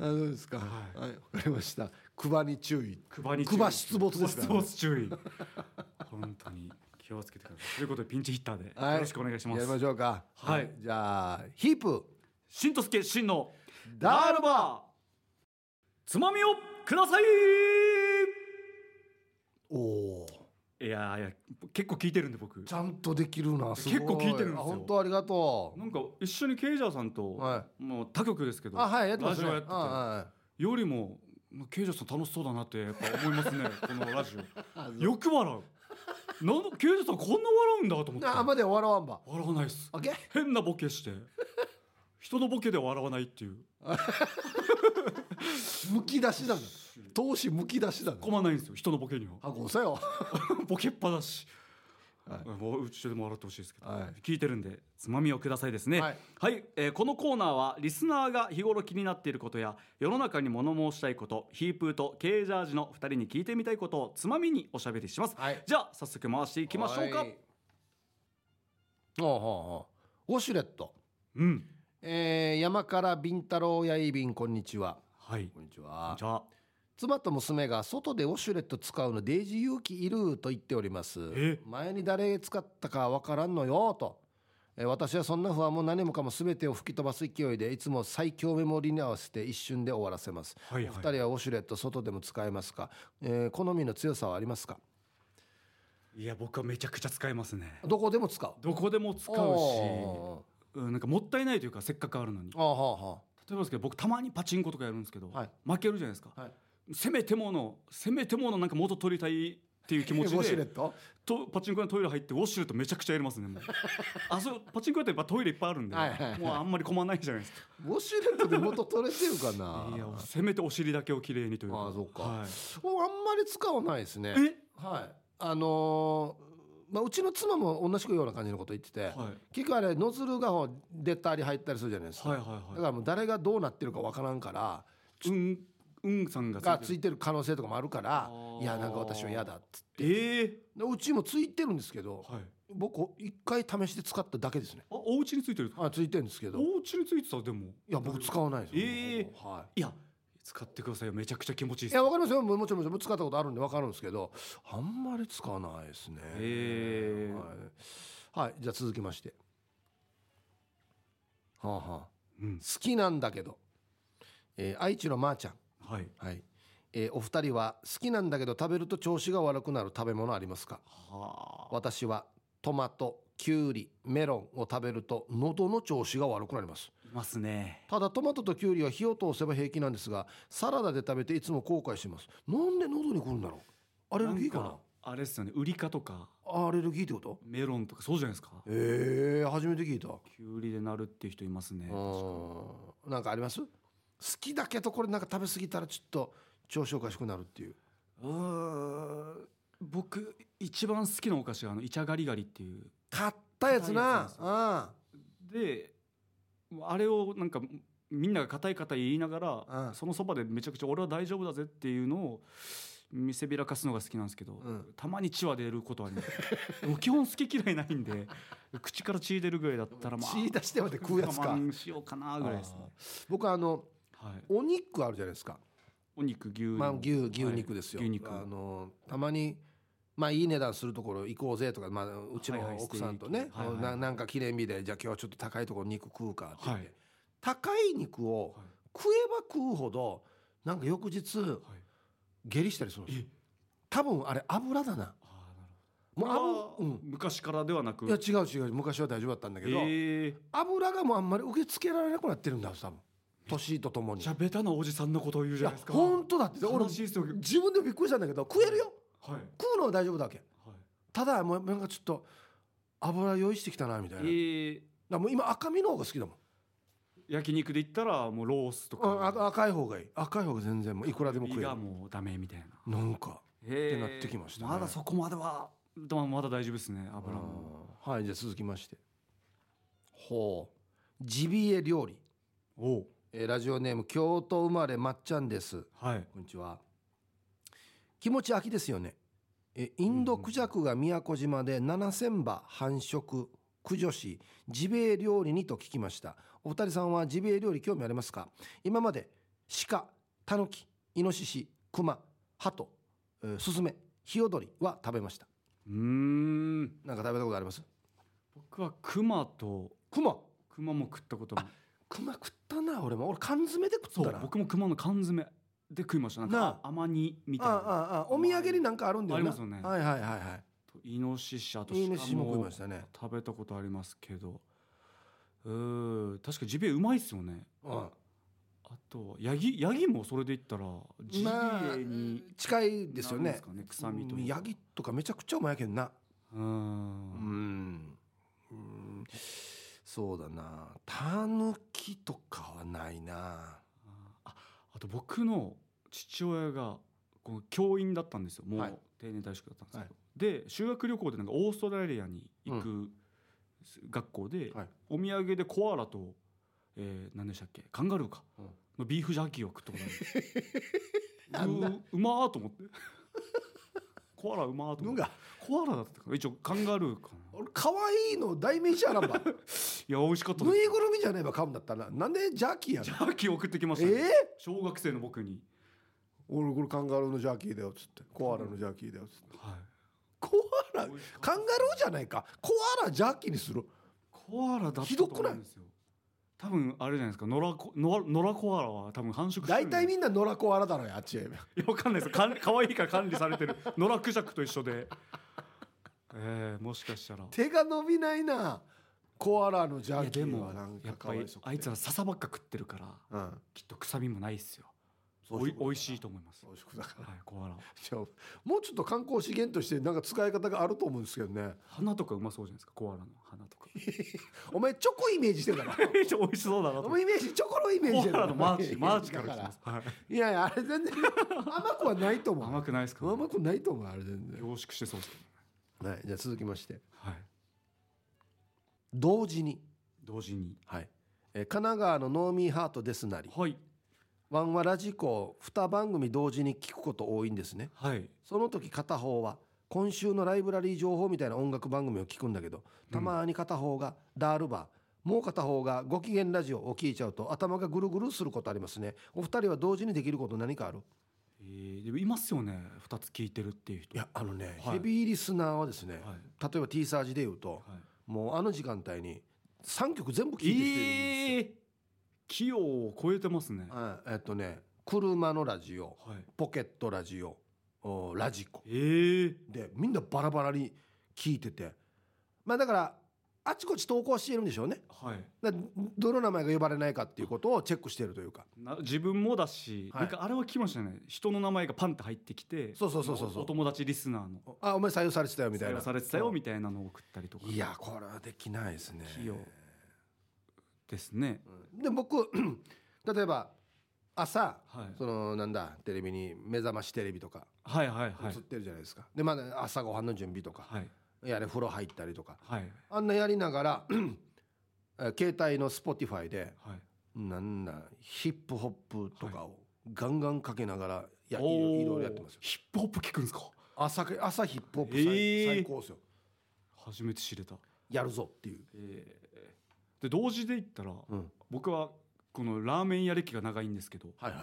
[SPEAKER 2] あどうですか。
[SPEAKER 1] は
[SPEAKER 2] はいわかりました。クバに注意。
[SPEAKER 1] ー、クバに注意
[SPEAKER 2] クバ出没ですから
[SPEAKER 1] ク
[SPEAKER 2] ね
[SPEAKER 1] バ出没注意本当に気をつけてくださいということでピンチヒッターで
[SPEAKER 2] はい
[SPEAKER 1] よろしくお願いし
[SPEAKER 2] や
[SPEAKER 1] ます、
[SPEAKER 2] りましょうか。
[SPEAKER 1] はい
[SPEAKER 2] じゃあヒープ
[SPEAKER 1] しんとすけしんの
[SPEAKER 2] ダール
[SPEAKER 1] バーつまみをください
[SPEAKER 2] おおー
[SPEAKER 1] いやーいや結構聞いてるんで僕
[SPEAKER 2] ちゃんとできるなすごい
[SPEAKER 1] 結構聞いてるんですよ
[SPEAKER 2] あ本当ありがと
[SPEAKER 1] なんか一緒にケイジャーさんと、
[SPEAKER 2] うはい
[SPEAKER 1] もう他局ですけど
[SPEAKER 2] あはいやってますね
[SPEAKER 1] ラジオやってて
[SPEAKER 2] あは
[SPEAKER 1] よりもケイジャーさん楽しそうだなってやっぱ思い
[SPEAKER 2] [laughs]
[SPEAKER 1] ますねこのラジ
[SPEAKER 2] い
[SPEAKER 1] オよく笑うなんだケイジャーさんこんな笑うんだと思って
[SPEAKER 2] なあまで終わらんば
[SPEAKER 1] 笑わないっす
[SPEAKER 2] オッケー
[SPEAKER 1] 変なボケして人のボケで笑わないっていう
[SPEAKER 2] むき出しだね投資むき出しだね
[SPEAKER 1] 困らないんですよ人のボケには
[SPEAKER 2] あごさよ
[SPEAKER 1] ボケっぱだし、
[SPEAKER 2] は
[SPEAKER 1] もううちでも笑ってほしいですけど、
[SPEAKER 2] はい
[SPEAKER 1] 聞いてるんでつまみをくださいですね
[SPEAKER 2] は
[SPEAKER 1] はいい、えーこのコーナーはリスナーが日頃気になっていることや世の中に物申したいことヒープーとケージャージの2人に聞いてみたいことをつまみにおしゃべりします、
[SPEAKER 2] はい
[SPEAKER 1] じゃあ早速回していきましょうか、
[SPEAKER 2] はいああはあはあウォシュレット
[SPEAKER 1] うん
[SPEAKER 2] えー、山からビンタロウやいびんこんにちは
[SPEAKER 1] はい
[SPEAKER 2] こんにちは
[SPEAKER 1] じゃあ
[SPEAKER 2] 妻と娘が外でウォシュレット使うのデイジー勇気いると言っております
[SPEAKER 1] え
[SPEAKER 2] 前に誰使ったかわからんのよとえー私はそんな不安も何もかも全てを吹き飛ばす勢いでいつも最強メモリに合わせて一瞬で終わらせます、
[SPEAKER 1] はいはい
[SPEAKER 2] お二人はウォシュレット外でも使えますか、えー好みの強さはありますか
[SPEAKER 1] いや僕はめちゃくちゃ使えますね
[SPEAKER 2] どこでも使う
[SPEAKER 1] どこでも使うし
[SPEAKER 2] お
[SPEAKER 1] うんなんかもったいないというかせっかくあるのに
[SPEAKER 2] ーあーは
[SPEAKER 1] 例えばですけど僕たまにパチンコとかやるんですけど、
[SPEAKER 2] はい
[SPEAKER 1] 負けるじゃないですか
[SPEAKER 2] あはあはい
[SPEAKER 1] せめてものせめてものなんか元取りたいっていう気持
[SPEAKER 2] えウォ
[SPEAKER 1] ち
[SPEAKER 2] シュレ
[SPEAKER 1] で
[SPEAKER 2] ット
[SPEAKER 1] とパチンコのトイレ入ってウォッシュレットめちゃくちゃやります
[SPEAKER 2] [laughs]
[SPEAKER 1] ねもうあそうパチンコやったらやっぱトイレいっぱいあるんで、
[SPEAKER 2] はいはいはい
[SPEAKER 1] もうあんまり困らないじゃないですか
[SPEAKER 2] ウォシュレットで元取れてるかな
[SPEAKER 1] いやせめてお尻だけをきれいにという
[SPEAKER 2] あーそっか
[SPEAKER 1] はい
[SPEAKER 2] おあんまり使わないですね。
[SPEAKER 1] え
[SPEAKER 2] はい。あのーまあうちの妻も同じくような感じのこと言ってて、
[SPEAKER 1] はい
[SPEAKER 2] 結局あれノズルがほう出たり入ったりするじゃないですか。
[SPEAKER 1] はいはい
[SPEAKER 2] だ
[SPEAKER 1] は
[SPEAKER 2] か
[SPEAKER 1] い
[SPEAKER 2] らもう誰がどうなってるかわからんから、
[SPEAKER 1] うんうんさんが
[SPEAKER 2] が
[SPEAKER 1] つ
[SPEAKER 2] つ
[SPEAKER 1] いてる
[SPEAKER 2] いてる可能性とかもあるから
[SPEAKER 1] あ、ー
[SPEAKER 2] いやなんか私は嫌だっつって。
[SPEAKER 1] ええ
[SPEAKER 2] でうちもついてるんですけど、
[SPEAKER 1] はい
[SPEAKER 2] 僕一回試して使っただけですね。
[SPEAKER 1] あお家についてる
[SPEAKER 2] あついてるんですけど、い
[SPEAKER 1] お家についてたでも
[SPEAKER 2] や僕使わないですよ。
[SPEAKER 1] ええ
[SPEAKER 2] はい。
[SPEAKER 1] いや使ってくださいよめちゃくちゃ気持ちいい
[SPEAKER 2] い
[SPEAKER 1] です
[SPEAKER 2] やわかりますよももちろんもちろん使ったことあるんでわかるんですけどあんまり使わないですね
[SPEAKER 1] へー
[SPEAKER 2] はい、はい、じゃあ続きましてはあ、はあ、
[SPEAKER 1] うん
[SPEAKER 2] 好きなんだけど、えー愛知のまーちゃん
[SPEAKER 1] はい
[SPEAKER 2] はい、えーお二人は好きなんだけど食べると調子が悪くなる食べ物ありますか
[SPEAKER 1] はあ
[SPEAKER 2] 私はトマトきゅうりメロンを食べると喉の調子が悪くなります
[SPEAKER 1] いますね
[SPEAKER 2] ただトマトとキュウリは火を通せば平気なんですがサラダで食べていつも後悔してますなんで喉にくるんだろうアレルギーかなん
[SPEAKER 1] あれですよねウリ科とか
[SPEAKER 2] アレルギーってこと
[SPEAKER 1] メロンとかそうじゃないですか
[SPEAKER 2] ええ初めて聞いた
[SPEAKER 1] キュウリでなるっていう人いますね確か
[SPEAKER 2] うんなんかあります好きだけどこれなんか食べ過ぎたらちょっと調子おかしくなるっていう
[SPEAKER 1] うーん僕一番好きなお菓子があのイチャガリガリっていう
[SPEAKER 2] 買ったやつな
[SPEAKER 1] 買ったやつであれをなんかみんなが硬い硬い言いながら、
[SPEAKER 2] うん
[SPEAKER 1] そのそばでめちゃくちゃ俺は大丈夫だぜっていうのを見せびらかすのが好きなんですけど、
[SPEAKER 2] うん
[SPEAKER 1] たまに血は出ることはありますでも基本好き嫌いないんで口から血出るぐらいだったら
[SPEAKER 2] うん
[SPEAKER 1] まあ
[SPEAKER 2] 血出してまで食うやつ
[SPEAKER 1] 我
[SPEAKER 2] か
[SPEAKER 1] 慢しようかなぐらいですね
[SPEAKER 2] あー僕はあの
[SPEAKER 1] はい
[SPEAKER 2] お肉あるじゃないですか
[SPEAKER 1] お肉牛
[SPEAKER 2] まあ、
[SPEAKER 1] の
[SPEAKER 2] 牛牛肉ですよ、
[SPEAKER 1] はい牛肉
[SPEAKER 2] あのたまに、まあ、いい値段するところ行こうぜとか、まあ、うちの
[SPEAKER 1] はいはい
[SPEAKER 2] 奥さんとね、
[SPEAKER 1] ステーキはいはい
[SPEAKER 2] ななんか記念日でじゃあ今日はちょっと高いところ肉食うかって言って、
[SPEAKER 1] はい
[SPEAKER 2] 高い肉を
[SPEAKER 1] はい
[SPEAKER 2] 食えば食うほどなんか翌日
[SPEAKER 1] はい
[SPEAKER 2] 下痢したりするんですよ
[SPEAKER 1] え
[SPEAKER 2] 多分あれ油だな
[SPEAKER 1] あー
[SPEAKER 2] も
[SPEAKER 1] なるほど
[SPEAKER 2] う油、うん
[SPEAKER 1] 昔からではなく
[SPEAKER 2] いや違う違う昔は大丈夫だったんだけど、
[SPEAKER 1] えー
[SPEAKER 2] 油がもうあんまり受け付けられなくなってるんだよ多分年とともに
[SPEAKER 1] めっちゃベタなおじさんのことを言う
[SPEAKER 2] い
[SPEAKER 1] じゃ
[SPEAKER 2] や
[SPEAKER 1] ないですか
[SPEAKER 2] 本当だって俺
[SPEAKER 1] 悲しいですよはい
[SPEAKER 2] 自分でもびっくりしたんだけど食えるよ
[SPEAKER 1] はい
[SPEAKER 2] 食うのは大丈夫だわけただもうなんかちょっと油用意してきたなみたいな、
[SPEAKER 1] え
[SPEAKER 2] だ
[SPEAKER 1] ー
[SPEAKER 2] からもう今赤身の方が好きだもん、
[SPEAKER 1] 焼肉で言ったらもうロースと
[SPEAKER 2] う
[SPEAKER 1] か
[SPEAKER 2] んあ赤い方がいい赤い方が全然もういくらでも食え
[SPEAKER 1] 身
[SPEAKER 2] る
[SPEAKER 1] がもうダメみたいな
[SPEAKER 2] なんか
[SPEAKER 1] へ
[SPEAKER 2] ってなってきましたね
[SPEAKER 1] まだそこまではでもまだ大丈夫ですね油も
[SPEAKER 2] うんはいじゃあ続きましてほうジビエ料理、
[SPEAKER 1] おう
[SPEAKER 2] えーラジオネーム京都生まれまっちゃんです
[SPEAKER 1] はい
[SPEAKER 2] こんにちは気持ち秋ですよねえインドクジャクが宮古島で7000羽繁殖駆除しジビエ料理にと聞きましたお二人さんはジビエ料理興味ありますか今まで鹿タヌキイノシシクマハト、えースズメヒヨドリは食べました
[SPEAKER 1] うーん
[SPEAKER 2] なんか食べたことあります
[SPEAKER 1] 僕はクマと
[SPEAKER 2] クマ
[SPEAKER 1] クマも食ったことも
[SPEAKER 2] クマ食ったな俺も俺缶詰で食っ
[SPEAKER 1] そ
[SPEAKER 2] た
[SPEAKER 1] う
[SPEAKER 2] な
[SPEAKER 1] 僕もクマの缶詰で食いましたなん
[SPEAKER 2] な
[SPEAKER 1] か甘煮みたい
[SPEAKER 2] ああ
[SPEAKER 1] な
[SPEAKER 2] ああお土産になんかあるんだよ
[SPEAKER 1] ありますよね
[SPEAKER 2] はいはいはいは
[SPEAKER 1] イノシシあと
[SPEAKER 2] いいい
[SPEAKER 1] シ
[SPEAKER 2] ね
[SPEAKER 1] カ
[SPEAKER 2] しも食いましたね
[SPEAKER 1] 食べたことありますけどうー確かジビエうまいっすよね
[SPEAKER 2] うん
[SPEAKER 1] あとヤギヤギもそれで言ったらジビエに
[SPEAKER 2] 近いですよ
[SPEAKER 1] なるん
[SPEAKER 2] ね
[SPEAKER 1] かね臭みと
[SPEAKER 2] うん
[SPEAKER 1] いうか
[SPEAKER 2] ヤギとかめちゃくちゃうまいやけどな
[SPEAKER 1] うーん
[SPEAKER 2] うんうんそうだなタヌキとかはないな
[SPEAKER 1] ああと僕の父親がこの教員だったんですよも
[SPEAKER 2] はいう
[SPEAKER 1] 定年退職だったんですけど、で修学旅行でなんかオーストラリアに行く学校で、
[SPEAKER 2] はい
[SPEAKER 1] お土産でコアラと、えー、何でしたっけカンガルーか、
[SPEAKER 2] うん
[SPEAKER 1] のビーフジャーキーを食ったことあるんですよ
[SPEAKER 2] あん [laughs] な
[SPEAKER 1] うーうまーと思って [laughs] コアラうまーと思
[SPEAKER 2] の
[SPEAKER 1] って
[SPEAKER 2] が
[SPEAKER 1] コアラだったかな一応カンガルーかない
[SPEAKER 2] 俺可愛いの代名詞あらん [laughs] ば
[SPEAKER 1] や美味しかったで
[SPEAKER 2] ぬ
[SPEAKER 1] す
[SPEAKER 2] いぐるみじゃねえば買うんだったらなんでジャーキーや
[SPEAKER 1] ジ
[SPEAKER 2] ねん
[SPEAKER 1] ャーキー送ってきました、
[SPEAKER 2] え
[SPEAKER 1] ね
[SPEAKER 2] え
[SPEAKER 1] 小学生の僕に、
[SPEAKER 2] 俺これカンガルーのジャーキーだよっつってコアラのジャーキーだよっつって
[SPEAKER 1] は
[SPEAKER 2] コアラ
[SPEAKER 1] い、美味しかった
[SPEAKER 2] カンガルーじゃないかコアラジャーキーにする
[SPEAKER 1] コアラだったと思うんですよ。多分あれじゃないですか。野良コ野良野良コアラは多分繁殖してるんで。
[SPEAKER 2] 大体
[SPEAKER 1] い
[SPEAKER 2] みんな野良コアラだろやあっちへ
[SPEAKER 1] やわかんないです。かん可愛いから管理されてる野良クジャクと一緒で。ええもしかしたら。
[SPEAKER 2] 手が伸びないなコアラのジャ
[SPEAKER 1] い
[SPEAKER 2] ー
[SPEAKER 1] や
[SPEAKER 2] キ
[SPEAKER 1] で
[SPEAKER 2] ー
[SPEAKER 1] も
[SPEAKER 2] はなん
[SPEAKER 1] やっ
[SPEAKER 2] かか
[SPEAKER 1] ぱ
[SPEAKER 2] わ
[SPEAKER 1] り
[SPEAKER 2] いそう
[SPEAKER 1] あいつら笹ばっか食ってるから
[SPEAKER 2] うん
[SPEAKER 1] きっと臭みもないですよ。
[SPEAKER 2] そう
[SPEAKER 1] お
[SPEAKER 2] いう
[SPEAKER 1] い
[SPEAKER 2] ことだ
[SPEAKER 1] 美味しいと思います。は
[SPEAKER 2] そういうことだから
[SPEAKER 1] いコアラ。
[SPEAKER 2] じゃあもうちょっと観光資源としてなんか使い方があると思うんですけ
[SPEAKER 1] [laughs]
[SPEAKER 2] どね
[SPEAKER 1] 花とかうまそうじゃないですか。コアラの花とか。
[SPEAKER 2] お前チョコイメージしてるか
[SPEAKER 1] [laughs]
[SPEAKER 2] ら
[SPEAKER 1] 美味しそうだなと
[SPEAKER 2] お
[SPEAKER 1] 思って。
[SPEAKER 2] 前イメージチョコのイメージして
[SPEAKER 1] コ
[SPEAKER 2] るか
[SPEAKER 1] アラ
[SPEAKER 2] ら
[SPEAKER 1] のマーチマーチから
[SPEAKER 2] だ
[SPEAKER 1] 来てます。はい。
[SPEAKER 2] いやいやあ
[SPEAKER 1] [laughs]
[SPEAKER 2] れ全然甘くはないと思う
[SPEAKER 1] 甘くないですか、
[SPEAKER 2] 甘くないと思うあれ全然
[SPEAKER 1] 凝縮してそうですけどね。
[SPEAKER 2] はいじゃあ続きまして
[SPEAKER 1] はい。
[SPEAKER 2] 同時に
[SPEAKER 1] 同時に。
[SPEAKER 2] はい、えー神奈川のノーミーハートですなり
[SPEAKER 1] はい。
[SPEAKER 2] ワンはラジコ2番組同時に聞くこと多いんですね
[SPEAKER 1] はい。
[SPEAKER 2] その時片方は今週のライブラリー情報みたいな音楽番組を聞くんだけどたまに片方がダールバーもう片方がご機嫌ラジオを聞いちゃうと頭がぐるぐるすることありますねお二人は同時にできること何かある
[SPEAKER 1] えー、でもいますよね2つ聞いてるっていう人
[SPEAKER 2] いやあのね、
[SPEAKER 1] はい
[SPEAKER 2] ヘビーリスナーはですね、
[SPEAKER 1] はい
[SPEAKER 2] 例えば T サージで言うと
[SPEAKER 1] はい
[SPEAKER 2] もうあの時間帯に3曲全部聞いてきてるんですよ、
[SPEAKER 1] えー、器用を超えてますねは
[SPEAKER 2] はいえっとね車のラジオ
[SPEAKER 1] い
[SPEAKER 2] ポケットラジオおラジコ
[SPEAKER 1] えー、
[SPEAKER 2] でみんなバラバラに聞いててまあだからあちこち投稿してるんでしょうね
[SPEAKER 1] はい
[SPEAKER 2] だどの名前が呼ばれないかっていうことをチェックしてるというか
[SPEAKER 1] な自分もだし、
[SPEAKER 2] はい
[SPEAKER 1] なんかあれは聞きましたね人の名前がパンって入ってきて
[SPEAKER 2] そうそうそうそうそう
[SPEAKER 1] お友達リスナーの
[SPEAKER 2] あお前採用されてたよみたい
[SPEAKER 1] 採
[SPEAKER 2] な
[SPEAKER 1] 用されてたよみたいなのを送ったりとか
[SPEAKER 2] いやこれはできないですね
[SPEAKER 1] 器用ですね
[SPEAKER 2] で僕 [clears throat] 例えば朝
[SPEAKER 1] はい
[SPEAKER 2] そのなんだテレビに「目覚ましテレビ」とか
[SPEAKER 1] はいはいはい
[SPEAKER 2] 映ってるじゃないですか、でまだ朝ごはんの準備とか
[SPEAKER 1] はい
[SPEAKER 2] いやれ風呂入ったりとか
[SPEAKER 1] はい
[SPEAKER 2] あんなやりながら [clears throat] え携帯の Spotify で
[SPEAKER 1] はい
[SPEAKER 2] なんだヒップホップとかをガンガンかけながらいや、い
[SPEAKER 1] お
[SPEAKER 2] ろ
[SPEAKER 1] ー
[SPEAKER 2] いろやってますよ
[SPEAKER 1] ヒップホップ聞くんですか
[SPEAKER 2] 朝か朝ヒップホップ最,、
[SPEAKER 1] へー
[SPEAKER 2] 最高ですよ
[SPEAKER 1] 初めて知れた
[SPEAKER 2] やるぞっていう、
[SPEAKER 1] えー、で同時で言ったら、
[SPEAKER 2] ん
[SPEAKER 1] 僕はこのラーメン屋歴が長いんですけど
[SPEAKER 2] はいはい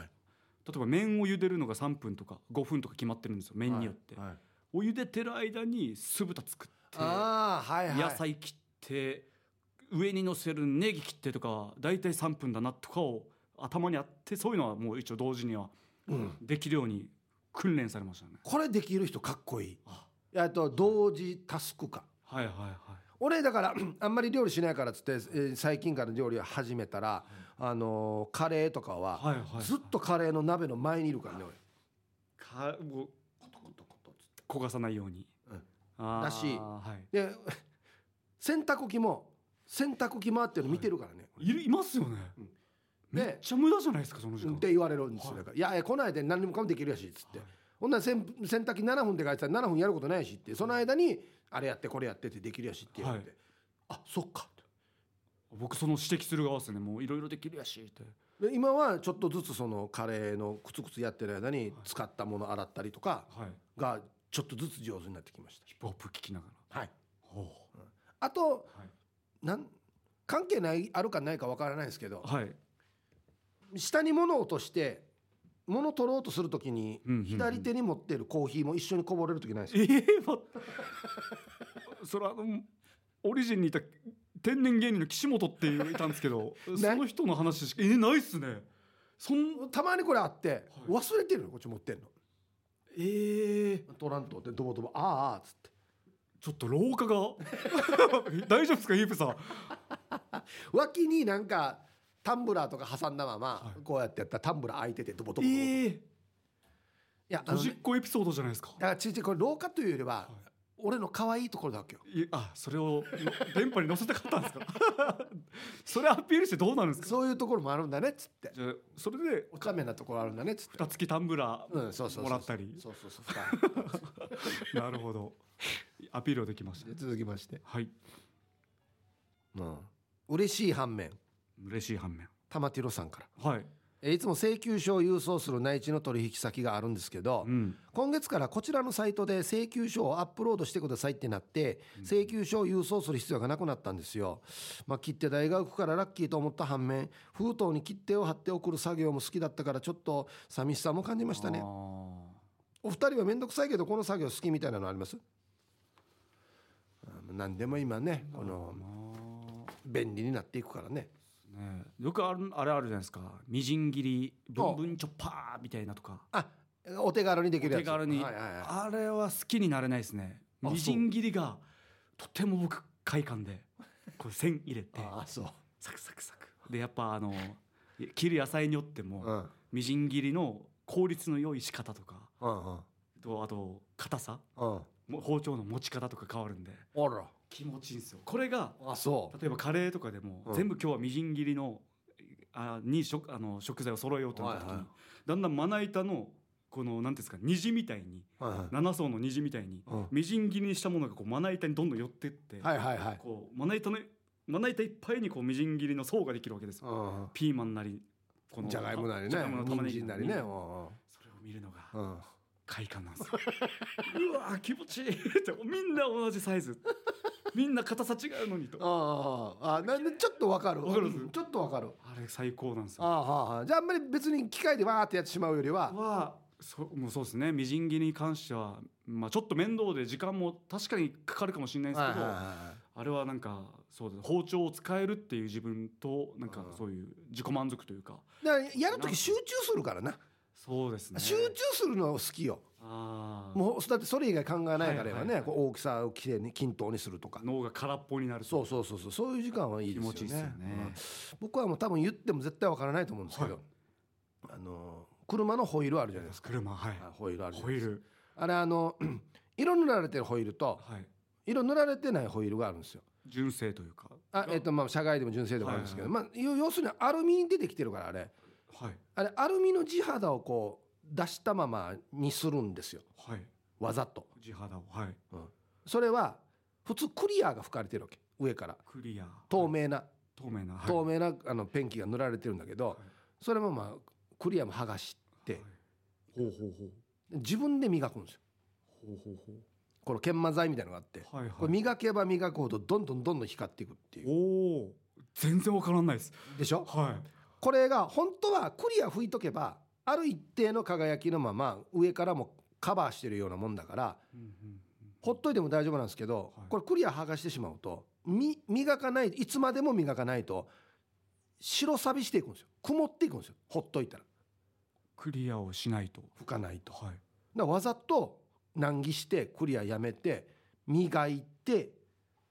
[SPEAKER 1] 例えば麺を茹でるのが3分とか5分とか決まってるんですよ麺によって、
[SPEAKER 2] はいはい
[SPEAKER 1] お茹でてる間に酢豚作って
[SPEAKER 2] ああはいはい
[SPEAKER 1] 野菜切って上に乗せるネギ切ってとか大体3分だなとかを頭にあってそういうのはもう一応同時には
[SPEAKER 2] うん
[SPEAKER 1] できるように訓練されましたね、
[SPEAKER 2] これできる人かっこいい
[SPEAKER 1] あ
[SPEAKER 2] えっと同時タスクか
[SPEAKER 1] はいはいはい
[SPEAKER 2] 俺だから [clears throat] あんまり料理しないからっつって、えー最近から料理を始めたら、あのーカレーとかは、
[SPEAKER 1] はいはいはい
[SPEAKER 2] ずっとカレーの鍋の前にいるからね俺
[SPEAKER 1] かもう
[SPEAKER 2] コトコトコトっつって
[SPEAKER 1] 焦がさないように、
[SPEAKER 2] うん
[SPEAKER 1] あー
[SPEAKER 2] だし
[SPEAKER 1] はい
[SPEAKER 2] で洗濯機も洗濯機回ってるの見てるからね、
[SPEAKER 1] いるいますよね、
[SPEAKER 2] うん
[SPEAKER 1] めっちゃ無駄じゃないですかその時
[SPEAKER 2] っ
[SPEAKER 1] 間
[SPEAKER 2] て言われるんです
[SPEAKER 1] は
[SPEAKER 2] よ、
[SPEAKER 1] い
[SPEAKER 2] だからいやいや来ないで何にもかもできるやしっつって、
[SPEAKER 1] はい
[SPEAKER 2] ほんなら洗洗濯機7分って書いてたら7分やることないしってその間にあれやってこれやってってできるやしって言われて、
[SPEAKER 1] は
[SPEAKER 2] あそっか
[SPEAKER 1] 僕その指摘する側ですねもういろいろできるやしって
[SPEAKER 2] で今はちょっとずつそのカレーのクツクツやってる間に使ったもの洗ったりとか
[SPEAKER 1] はい
[SPEAKER 2] がちょっとずつ上手になってきまし
[SPEAKER 1] ヒップホップ聞きながら
[SPEAKER 2] た、はい、
[SPEAKER 1] ほう
[SPEAKER 2] あと
[SPEAKER 1] はい
[SPEAKER 2] なん関係ないあるかないかわからないですけど
[SPEAKER 1] はい
[SPEAKER 2] 下に物を落として物取ろうとするときに
[SPEAKER 1] うんうんうん
[SPEAKER 2] 左手に持ってるコーヒーも一緒にこぼれる時ないですか
[SPEAKER 1] ええー、ま [laughs] それあのオリジンにいた
[SPEAKER 2] [laughs]
[SPEAKER 1] 天然芸人の岸本っていういたんですけどその人の話しかえーないっすねそん
[SPEAKER 2] たまにこれあって、
[SPEAKER 1] い
[SPEAKER 2] 忘れてるのこっち持ってんの
[SPEAKER 1] ええ
[SPEAKER 2] 取らんとってドボドボあーあーっつって
[SPEAKER 1] ちょっと廊下が [laughs] 大丈夫ですかヒープさん
[SPEAKER 2] 脇になんかタンブラーとか挟んだまま、
[SPEAKER 1] はい
[SPEAKER 2] こうやってやったらタンブラー開いててドボドボドボ、い
[SPEAKER 1] ええ
[SPEAKER 2] やあ
[SPEAKER 1] ド
[SPEAKER 2] の
[SPEAKER 1] ジ
[SPEAKER 2] ね
[SPEAKER 1] っ子エピソードじゃないですか
[SPEAKER 2] だからちいちいこれ廊下というよりは、
[SPEAKER 1] い
[SPEAKER 2] 俺の可愛いところだわけよ
[SPEAKER 1] いあそれを電波に乗せたかったんですか [laughs] それアピールしてどうなるんですか
[SPEAKER 2] そういうところもあるんだねっつって
[SPEAKER 1] じゃあそれで
[SPEAKER 2] おかめなところあるんだねっつって
[SPEAKER 1] 蓋付きタンブラ
[SPEAKER 2] うんそうそうそう
[SPEAKER 1] もらったり
[SPEAKER 2] そうそうそう蓋
[SPEAKER 1] ーなるほどアピールはできました
[SPEAKER 2] で続きまして
[SPEAKER 1] はい
[SPEAKER 2] うん嬉しい反面
[SPEAKER 1] 嬉しい反面
[SPEAKER 2] 玉ティロさんから
[SPEAKER 1] はい
[SPEAKER 2] えいつも請求書を郵送する内地の取引先があるんですけど、
[SPEAKER 1] うん
[SPEAKER 2] 今月からこちらのサイトで請求書をアップロードしてくださいってなって請求書を郵送する必要がなくなったんですよ、まあ、切手代が浮くからラッキーと思った反面封筒に切手を貼って送る作業も好きだったからちょっと寂しさも感じましたね
[SPEAKER 1] あー
[SPEAKER 2] お二人は面倒くさいけどこの作業好きみたいなのありますあ何でも今ねこの
[SPEAKER 1] ま
[SPEAKER 2] 便利になっていくからね
[SPEAKER 1] あねよくあるあれあるじゃないですかみじん切りブンブンチョッパーみたいなとか
[SPEAKER 2] あお手軽にできるやつ
[SPEAKER 1] 手軽に、
[SPEAKER 2] はいはいはい
[SPEAKER 1] あれは好きになれないですね
[SPEAKER 2] あそう
[SPEAKER 1] みじん切りがとても僕快感でこう線入れて
[SPEAKER 2] ああそう、
[SPEAKER 1] サクサクサクでやっぱあの切る野菜によっても、
[SPEAKER 2] うんうん
[SPEAKER 1] みじん切りの効率の良い仕方とか
[SPEAKER 2] うん
[SPEAKER 1] とあと硬さ
[SPEAKER 2] うん
[SPEAKER 1] も包丁の持ち方とか変わるんで
[SPEAKER 2] あら
[SPEAKER 1] 気持ちいいんですよこれが
[SPEAKER 2] あそう
[SPEAKER 1] 例えばカレーとかでも、
[SPEAKER 2] うん
[SPEAKER 1] 全部今日はみじん切りのあに食あの食材を揃えようとなった時に、
[SPEAKER 2] はいはい
[SPEAKER 1] だんだんまな板のこのなんていうんですか虹みたいに
[SPEAKER 2] はいはい
[SPEAKER 1] 7層の虹みたいに、
[SPEAKER 2] うん
[SPEAKER 1] みじん切りにしたものがこうまな板にどんどん寄ってって、
[SPEAKER 2] はいはいはい。
[SPEAKER 1] こうまな板のまな板いっぱいにこうみじん切りの層ができるわけですよ、
[SPEAKER 2] うん
[SPEAKER 1] ピーマンなりこ
[SPEAKER 2] じゃがいもなり
[SPEAKER 1] じ
[SPEAKER 2] ね
[SPEAKER 1] ゃがいも、の玉ね
[SPEAKER 2] 人
[SPEAKER 1] ぎ
[SPEAKER 2] 参なりね。うん
[SPEAKER 1] それを見るの
[SPEAKER 2] う
[SPEAKER 1] が
[SPEAKER 2] ん
[SPEAKER 1] 快感なんですようわー気持ちいいってみんな同じサイズみんな硬さ違うのにと
[SPEAKER 2] ああ、あなんでちょっとわかる。
[SPEAKER 1] わかる
[SPEAKER 2] うんちょっとわかる。
[SPEAKER 1] あれ最高なんですよ
[SPEAKER 2] ああ、はあ、じゃあ、あんまり別に機械でわーってやってしまうよりは。
[SPEAKER 1] はそうもうそうですねみじん切りに関しては、まあ、ちょっと面倒で時間も確かにかかるかもしれないですけど、
[SPEAKER 2] は
[SPEAKER 1] あれはなんかそうです包丁を使えるっていう自分となんか
[SPEAKER 2] うん
[SPEAKER 1] そういう自己満足というか
[SPEAKER 2] いはいはいだからやるとき集中するからな。
[SPEAKER 1] そうですね
[SPEAKER 2] 集中するの好きよ。
[SPEAKER 1] あー
[SPEAKER 2] もう、だってそれ以外考えない
[SPEAKER 1] はい
[SPEAKER 2] から今
[SPEAKER 1] はいは
[SPEAKER 2] ね、
[SPEAKER 1] い
[SPEAKER 2] こう大きさをきれいに均等にするとか。
[SPEAKER 1] 脳が空っぽになる
[SPEAKER 2] そうそうそうそう、そういう時間はいい
[SPEAKER 1] 気
[SPEAKER 2] で
[SPEAKER 1] 持ちいいですすよ
[SPEAKER 2] よ
[SPEAKER 1] ね
[SPEAKER 2] ね。うん僕はもう多分言っても絶対わからないと思うんですけ
[SPEAKER 1] は
[SPEAKER 2] ど。あの、車のホイールあるじゃないですか。
[SPEAKER 1] 車はい
[SPEAKER 2] あホイールあるじゃ
[SPEAKER 1] ホ
[SPEAKER 2] ない
[SPEAKER 1] イ
[SPEAKER 2] ですか
[SPEAKER 1] ール
[SPEAKER 2] あれあの [clears throat] 色塗られてるホイールと
[SPEAKER 1] はい
[SPEAKER 2] 色塗られてないホイールがあるんですよ。
[SPEAKER 1] 純正というか
[SPEAKER 2] あえっとまあ社外でも純正でもあるんですけど、まあ要要するにアルミに出てきてるからあれ
[SPEAKER 1] はい
[SPEAKER 2] あれアルミの地肌をこう出したままにするんですよ
[SPEAKER 1] はい
[SPEAKER 2] わざと。
[SPEAKER 1] 地肌をはい
[SPEAKER 2] それは普通クリアが吹かれてるわけ上から
[SPEAKER 1] クリア
[SPEAKER 2] 透明な、
[SPEAKER 1] 透明な、はい
[SPEAKER 2] 透明なあのペンキが塗られてるんだけど、
[SPEAKER 1] はい
[SPEAKER 2] それもまあクリアも剥がし
[SPEAKER 1] は
[SPEAKER 2] て
[SPEAKER 1] いほうほうほう
[SPEAKER 2] 自分で磨くんですよ。
[SPEAKER 1] ほうほう
[SPEAKER 2] この研磨剤みたいなのがあって、
[SPEAKER 1] ほうはい
[SPEAKER 2] これ
[SPEAKER 1] はい
[SPEAKER 2] 磨けば磨くほどどんどんどんどん光っていくっていう
[SPEAKER 1] おお全然わからないです
[SPEAKER 2] でしょ
[SPEAKER 1] は
[SPEAKER 2] これが本当はクリア拭いとけばある一定の輝きのまま上からもカバーしてるようなもんだから
[SPEAKER 1] い、うんうんうん
[SPEAKER 2] ほっといても大丈夫なんですけど、
[SPEAKER 1] はい
[SPEAKER 2] これクリア剥がしてしまうとみ磨かないいつまでも磨かないと白錆びしていくんですよ曇っていくんですよほっといたら
[SPEAKER 1] クリアをしないと
[SPEAKER 2] 拭かないとだか
[SPEAKER 1] はい
[SPEAKER 2] らわざと難儀してクリアやめて磨いて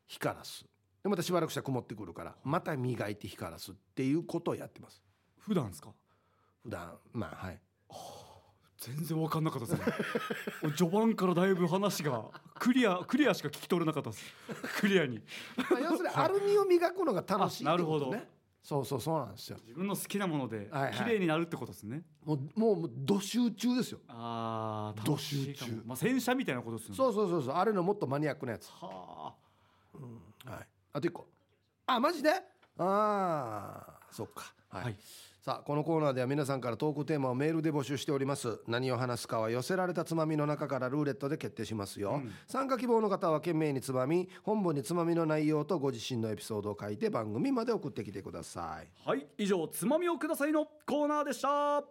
[SPEAKER 2] 光らすでまたしばらくしたら曇ってくるからまた磨いて光らすっていうことをやってます
[SPEAKER 1] 普段ですか
[SPEAKER 2] 普段まあはい
[SPEAKER 1] 全然分かんなか
[SPEAKER 2] [laughs]
[SPEAKER 1] ったですね俺序盤からだいぶ話がクリアクリアしか聞き取れなかったですクリアに
[SPEAKER 2] まあ、要するにアルミを磨くのが楽しいってことね。
[SPEAKER 1] あなるほど
[SPEAKER 2] そうそうそうなんですよ。
[SPEAKER 1] 自分の好きなもので
[SPEAKER 2] はいはい
[SPEAKER 1] 綺麗になるってことですね、
[SPEAKER 2] もうもうもうど集中ですよ。
[SPEAKER 1] ああ
[SPEAKER 2] ど集中
[SPEAKER 1] まあ洗車みたいなことですよね
[SPEAKER 2] そうそうそうそうあれのもっとマニアックなやつ。
[SPEAKER 1] は
[SPEAKER 2] はい。あと一個。あマジで？ああそっか。
[SPEAKER 1] あ
[SPEAKER 2] はい。
[SPEAKER 1] はい
[SPEAKER 2] さあこのコーナーでは皆さんからトークテーマをメールで募集しております何を話すかは寄せられたつまみの中からルーレットで決定しますよ、
[SPEAKER 1] うん
[SPEAKER 2] 参加希望の方は懸命につまみ本文につまみの内容とご自身のエピソードを書いて番組まで送ってきてください
[SPEAKER 1] はい以上「つまみをください」のコーナーでしたは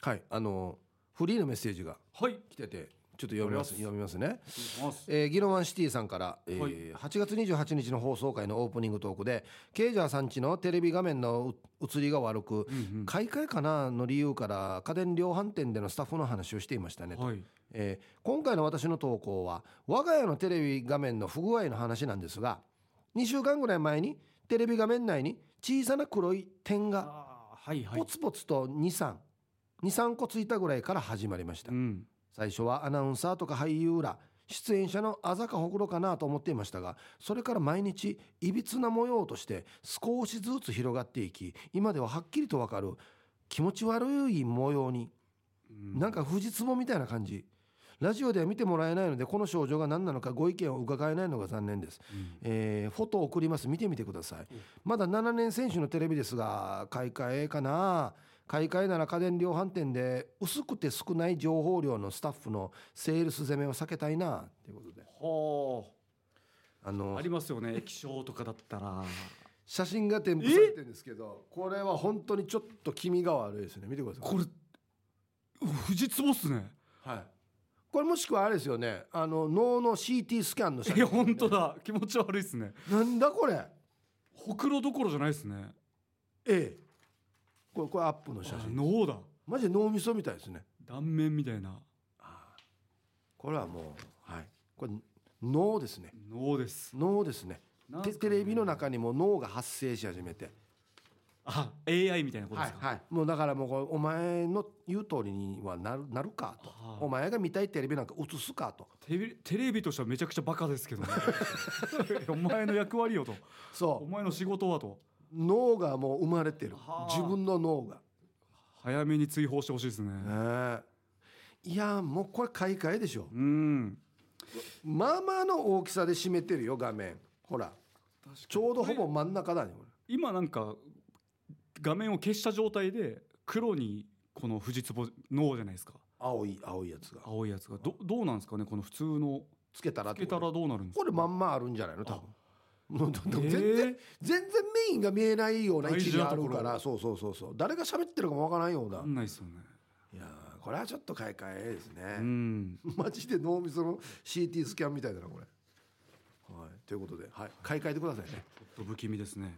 [SPEAKER 2] はいあのフリーのメッセージが
[SPEAKER 1] い
[SPEAKER 2] 来ててちちょっと読みます
[SPEAKER 1] あり
[SPEAKER 2] 読
[SPEAKER 1] が
[SPEAKER 2] みますね
[SPEAKER 1] お願いします
[SPEAKER 2] えーギロマンシティさんから、えー
[SPEAKER 1] はい
[SPEAKER 2] 8月28日の放送回のオープニングトークでケイジャーさんちのテレビ画面のう映りが悪く、
[SPEAKER 1] うん
[SPEAKER 2] 買い替えかなの理由から家電量販店でのスタッフの話をしていましたね、
[SPEAKER 1] うんはい
[SPEAKER 2] えー今回の私の投稿は我が家のテレビ画面の不具合の話なんですが2週間ぐらい前にテレビ画面内に小さな黒い点が
[SPEAKER 1] あーはいはい
[SPEAKER 2] ポツポツと2323個ついたぐらいから始まりました
[SPEAKER 1] う、ん
[SPEAKER 2] 最初はアナウンサーとか俳優ら出演者のあざかほくろかなと思っていましたがそれから毎日いびつな模様として少しずつ広がっていき今でははっきりとわかる気持ち悪い模様に
[SPEAKER 1] うん
[SPEAKER 2] なんか富士壺みたいな感じラジオでは見てもらえないのでこの症状が何なのかご意見を伺えないのが残念です
[SPEAKER 1] うん
[SPEAKER 2] えーフォト送ります見てみてください
[SPEAKER 1] うん
[SPEAKER 2] まだ7年選手のテレビですが買い替えかな買い替えなら家電量販店で薄くて少ない情報量のスタッフのセールス攻めを避けたいなということで
[SPEAKER 1] は
[SPEAKER 2] あの
[SPEAKER 1] あありますよね液晶とかだったら
[SPEAKER 2] 写真が添付されてるんですけどこれは本当にちょっと気味が悪いですね見てください
[SPEAKER 1] これ富士壺っすね
[SPEAKER 2] はい、これもしくはあれですよねあの脳の CT スキャンの写
[SPEAKER 1] い
[SPEAKER 2] 真、
[SPEAKER 1] や本当だ気持ち悪いっすね
[SPEAKER 2] なんだこれ
[SPEAKER 1] ほくろどころじゃないっすね
[SPEAKER 2] ええこれこれアップの写
[SPEAKER 1] あ
[SPEAKER 2] 真
[SPEAKER 1] 脳だ
[SPEAKER 2] マジで脳みそみたいですね
[SPEAKER 1] 断面みたいな
[SPEAKER 2] これはもう、はい、これ脳ですね
[SPEAKER 1] 脳です
[SPEAKER 2] 脳ですね
[SPEAKER 1] なん
[SPEAKER 2] テ
[SPEAKER 1] すか
[SPEAKER 2] テ
[SPEAKER 1] ね
[SPEAKER 2] レビの中にも脳が発生し始めて、
[SPEAKER 1] あ AI みたいなこと
[SPEAKER 2] は
[SPEAKER 1] で
[SPEAKER 2] い
[SPEAKER 1] すか、
[SPEAKER 2] はい、もうだからもうこれお前の言う通りにはなるなるかと
[SPEAKER 1] はあ
[SPEAKER 2] お前が見たいテレビなんか映すかと
[SPEAKER 1] テレビテレビとしてはめちゃくちゃバカですけ [laughs] どねお前の役割よとお
[SPEAKER 2] そ
[SPEAKER 1] 前の仕事はと
[SPEAKER 2] う脳がもう生まれてる
[SPEAKER 1] はあ
[SPEAKER 2] 自分の脳が、
[SPEAKER 1] 早めに追放してほしいですね
[SPEAKER 2] ねえいやもうこれ買い替えでしょ
[SPEAKER 1] うん
[SPEAKER 2] まあまあの大きさで占めてるよ画面ほらちょうどほぼ真ん中だねこれ
[SPEAKER 1] 今なんか画面を消した状態で黒にこの富士壺脳じゃないですか
[SPEAKER 2] 青い青いやつが
[SPEAKER 1] 青いやつがどどうなんですかねこの普通の
[SPEAKER 2] つけたらっ
[SPEAKER 1] つ
[SPEAKER 2] て
[SPEAKER 1] け
[SPEAKER 2] こと
[SPEAKER 1] たらどうなるんです
[SPEAKER 2] こ
[SPEAKER 1] か
[SPEAKER 2] れまんまあるんじゃないの多分もうだって全然、
[SPEAKER 1] えー
[SPEAKER 2] 全然メインが見えないような位置にあるか
[SPEAKER 1] 大事な
[SPEAKER 2] ら
[SPEAKER 1] と
[SPEAKER 2] そうそうそうそう誰が喋ってるかもわからんような、
[SPEAKER 1] わか
[SPEAKER 2] い
[SPEAKER 1] んないですよね
[SPEAKER 2] やーこれはちょっと買い替えですね、 [laughs]
[SPEAKER 1] うん
[SPEAKER 2] マジで脳みその CT スキャンみたいだなこれはいということで、はい、買い替えてくださいね、
[SPEAKER 1] ちょっと不気味ですね
[SPEAKER 2] はい、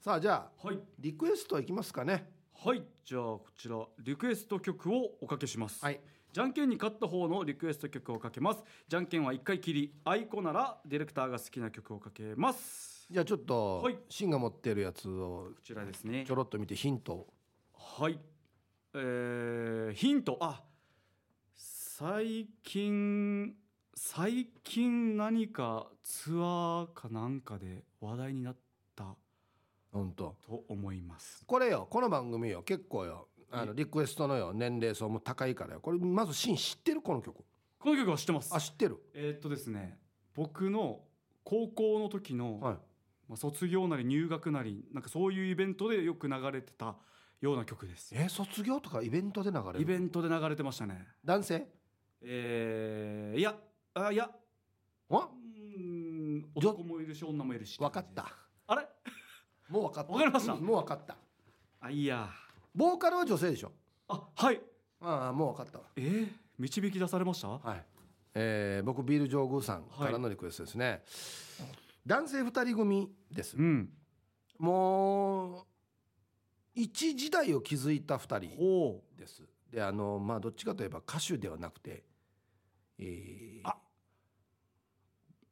[SPEAKER 2] さあじゃあ
[SPEAKER 1] はい
[SPEAKER 2] リクエストいきますかね
[SPEAKER 1] はいじゃあこちらリクエスト曲をおかけします、
[SPEAKER 2] はい
[SPEAKER 1] じゃんけんに勝った方のリクエスト曲をかけますじゃんけんは一回きりあいこならディレクターが好きな曲をかけます
[SPEAKER 2] じゃあちょっと、
[SPEAKER 1] はい
[SPEAKER 2] シンが持ってるやつを
[SPEAKER 1] こちらですね
[SPEAKER 2] ちょろっと見てヒントを
[SPEAKER 1] はいえー、ヒントあ最近最近何かツアーかなんかで話題になった
[SPEAKER 2] 本当
[SPEAKER 1] と思います
[SPEAKER 2] これよこの番組よ結構よあの
[SPEAKER 1] え
[SPEAKER 2] リクエストのよ年齢層も高いからよこれまずシン知ってるこの曲
[SPEAKER 1] この曲は知ってます
[SPEAKER 2] あ知ってる
[SPEAKER 1] えーっとですね僕の高校の時の、
[SPEAKER 2] はい
[SPEAKER 1] まあ、卒業なり入学なりなんかそういうイベントでよく流れてたような曲です
[SPEAKER 2] え卒業とかイベントで流れる
[SPEAKER 1] イベントで流れてましたね
[SPEAKER 2] 男性
[SPEAKER 1] えー、いやあいや
[SPEAKER 2] わ
[SPEAKER 1] うーん男もいるし女もいるし
[SPEAKER 2] 分かった
[SPEAKER 1] あれ
[SPEAKER 2] もう分かった
[SPEAKER 1] わかりました
[SPEAKER 2] うんもう分かった
[SPEAKER 1] あいや
[SPEAKER 2] ボーカルは女性でしょ
[SPEAKER 1] あはい
[SPEAKER 2] ああもう分かったわ
[SPEAKER 1] えー、導き出されましたは
[SPEAKER 2] はい、えー、僕ビール上宮さんからのリクエストですね、男性二人組です
[SPEAKER 1] うん
[SPEAKER 2] もう一時代を築いた二人
[SPEAKER 1] ほ
[SPEAKER 2] ですであのまあどっちかといえば歌手ではなくてえー
[SPEAKER 1] あう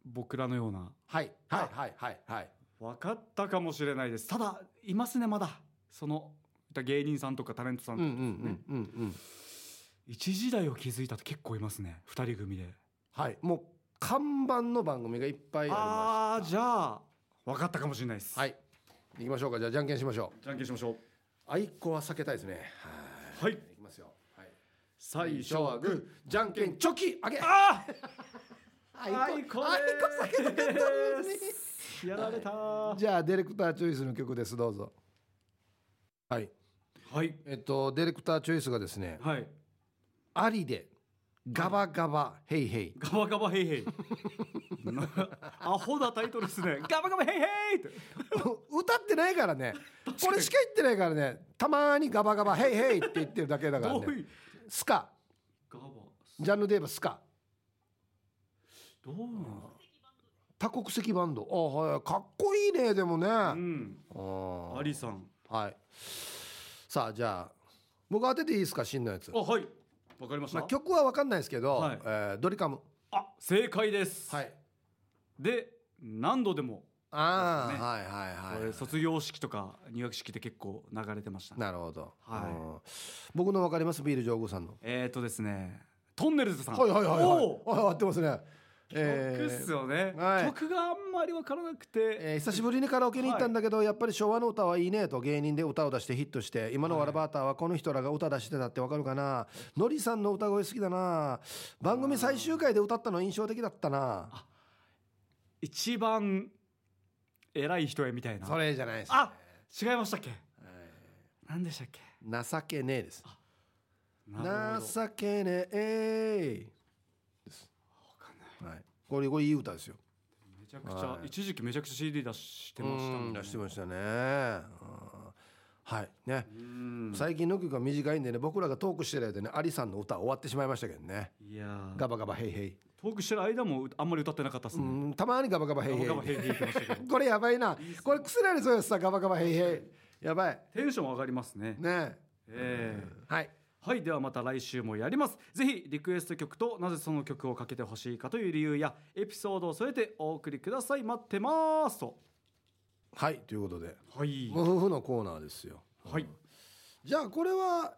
[SPEAKER 1] 僕らのような
[SPEAKER 2] はいはいはいはいはい
[SPEAKER 1] 分かったかもしれないですただいますねまだその芸人さんとかタレントさ
[SPEAKER 2] うんんう
[SPEAKER 1] とかで
[SPEAKER 2] ん
[SPEAKER 1] すね、
[SPEAKER 2] うんうんうん
[SPEAKER 1] 一時代を築いたと結構いますね二人組で
[SPEAKER 2] はいもう看板の番組がいっぱいあります
[SPEAKER 1] ああーじゃあ分かったかもしれないです、
[SPEAKER 2] はい。行きましょうか。じゃあじゃんけんしましょう。
[SPEAKER 1] じゃんけんしましょう
[SPEAKER 2] あいこは避けたいですね。は
[SPEAKER 1] は
[SPEAKER 2] い。
[SPEAKER 1] い
[SPEAKER 2] いきますよ。はい。
[SPEAKER 1] 最
[SPEAKER 2] 最初はグー、じゃんけんチョキ、あげ。あ
[SPEAKER 1] あ
[SPEAKER 2] あ
[SPEAKER 1] あいこ
[SPEAKER 2] あいこ避けたかったのに
[SPEAKER 1] すやられたは
[SPEAKER 2] じゃあディレクターチョイスの曲です。どうぞ。はい。
[SPEAKER 1] い
[SPEAKER 2] えっとディレクターチョイスがですね、
[SPEAKER 1] はい
[SPEAKER 2] ありでガバガバヘイヘイ。
[SPEAKER 1] ガバガバヘイヘイな [laughs] アホなタイトルですねガバガバヘイヘイって
[SPEAKER 2] [laughs] 歌ってないからね。これしか言ってないからね。たまにガバガバヘイヘイって言ってるだけだから
[SPEAKER 1] どうい
[SPEAKER 2] ね。
[SPEAKER 1] う
[SPEAKER 2] スカ。
[SPEAKER 1] ガバ
[SPEAKER 2] ジャンルで言えばスカ。
[SPEAKER 1] どう
[SPEAKER 2] 多国籍バンドあはいかっこいいねでもね、
[SPEAKER 1] なのうん
[SPEAKER 2] あ
[SPEAKER 1] アリさん
[SPEAKER 2] はいさあじゃあ僕当てていいですか真のやつ
[SPEAKER 1] あはいわかりました、
[SPEAKER 2] まあ、曲は分かんないですけど、
[SPEAKER 1] はい
[SPEAKER 2] えードリカム
[SPEAKER 1] あ正解です、
[SPEAKER 2] はい
[SPEAKER 1] で何度でも
[SPEAKER 2] ああ、
[SPEAKER 1] ですね
[SPEAKER 2] はいはい
[SPEAKER 1] こ
[SPEAKER 2] は
[SPEAKER 1] れ
[SPEAKER 2] い
[SPEAKER 1] 卒業式とか入学式で結構流れてましたね
[SPEAKER 2] なるほど、
[SPEAKER 1] はい
[SPEAKER 2] うん僕の分かりますビール上宮さんの
[SPEAKER 1] えっ、ー、とですねトンネルズさん
[SPEAKER 2] はいはいはいはい
[SPEAKER 1] お
[SPEAKER 2] はい合ってますね
[SPEAKER 1] ー曲っすよね、
[SPEAKER 2] はい
[SPEAKER 1] 曲があんまりわからなくて、
[SPEAKER 2] [laughs] えー久しぶりにカラオケに行ったんだけど、やっぱり昭和の歌はいいねと芸人で歌を出してヒットして今の
[SPEAKER 1] はい
[SPEAKER 2] ワラバーターはこの人らが歌出してたってわかるかなのりさんの歌声好きだな番組最終回で歌ったの印象的だったな
[SPEAKER 1] あ一番偉い人へみたいな
[SPEAKER 2] それじゃないです、ね、
[SPEAKER 1] あ違いましたっけ何でしたっけ
[SPEAKER 2] 情けねえです
[SPEAKER 1] なるほど
[SPEAKER 2] 情けねえです
[SPEAKER 1] わかんない
[SPEAKER 2] はいこれこれいい歌ですよ
[SPEAKER 1] めちゃくちゃ、
[SPEAKER 2] はい
[SPEAKER 1] 一時期めちゃくちゃ CD 出してましたも
[SPEAKER 2] うんん
[SPEAKER 1] ね
[SPEAKER 2] 出してましたねうんはいね
[SPEAKER 1] うん
[SPEAKER 2] 最近の曲が短いんでね僕らがトークしてる間にアリさんの歌終わってしまいましたけどね
[SPEAKER 1] いやー
[SPEAKER 2] ガバガバヘイヘイ
[SPEAKER 1] トークしてる間もあんまり歌ってなかったです
[SPEAKER 2] う
[SPEAKER 1] ね、
[SPEAKER 2] んたまにガバガバヘイヘ
[SPEAKER 1] ガバガバ
[SPEAKER 2] イ
[SPEAKER 1] ヘイヘイ言ってましたけど
[SPEAKER 2] [laughs] これやばいなこれ癖になりそうやつさガバガバヘイヘイやばい
[SPEAKER 1] テンション上がりますね
[SPEAKER 2] ね
[SPEAKER 1] ええ
[SPEAKER 2] はい
[SPEAKER 1] はいではまた来週もやりますぜひリクエスト曲となぜその曲をかけてほしいかという理由やエピソードを添えてお送りください待ってますと
[SPEAKER 2] はいということで
[SPEAKER 1] はい
[SPEAKER 2] もう夫婦のコーナーですよ
[SPEAKER 1] はい
[SPEAKER 2] じゃあこれは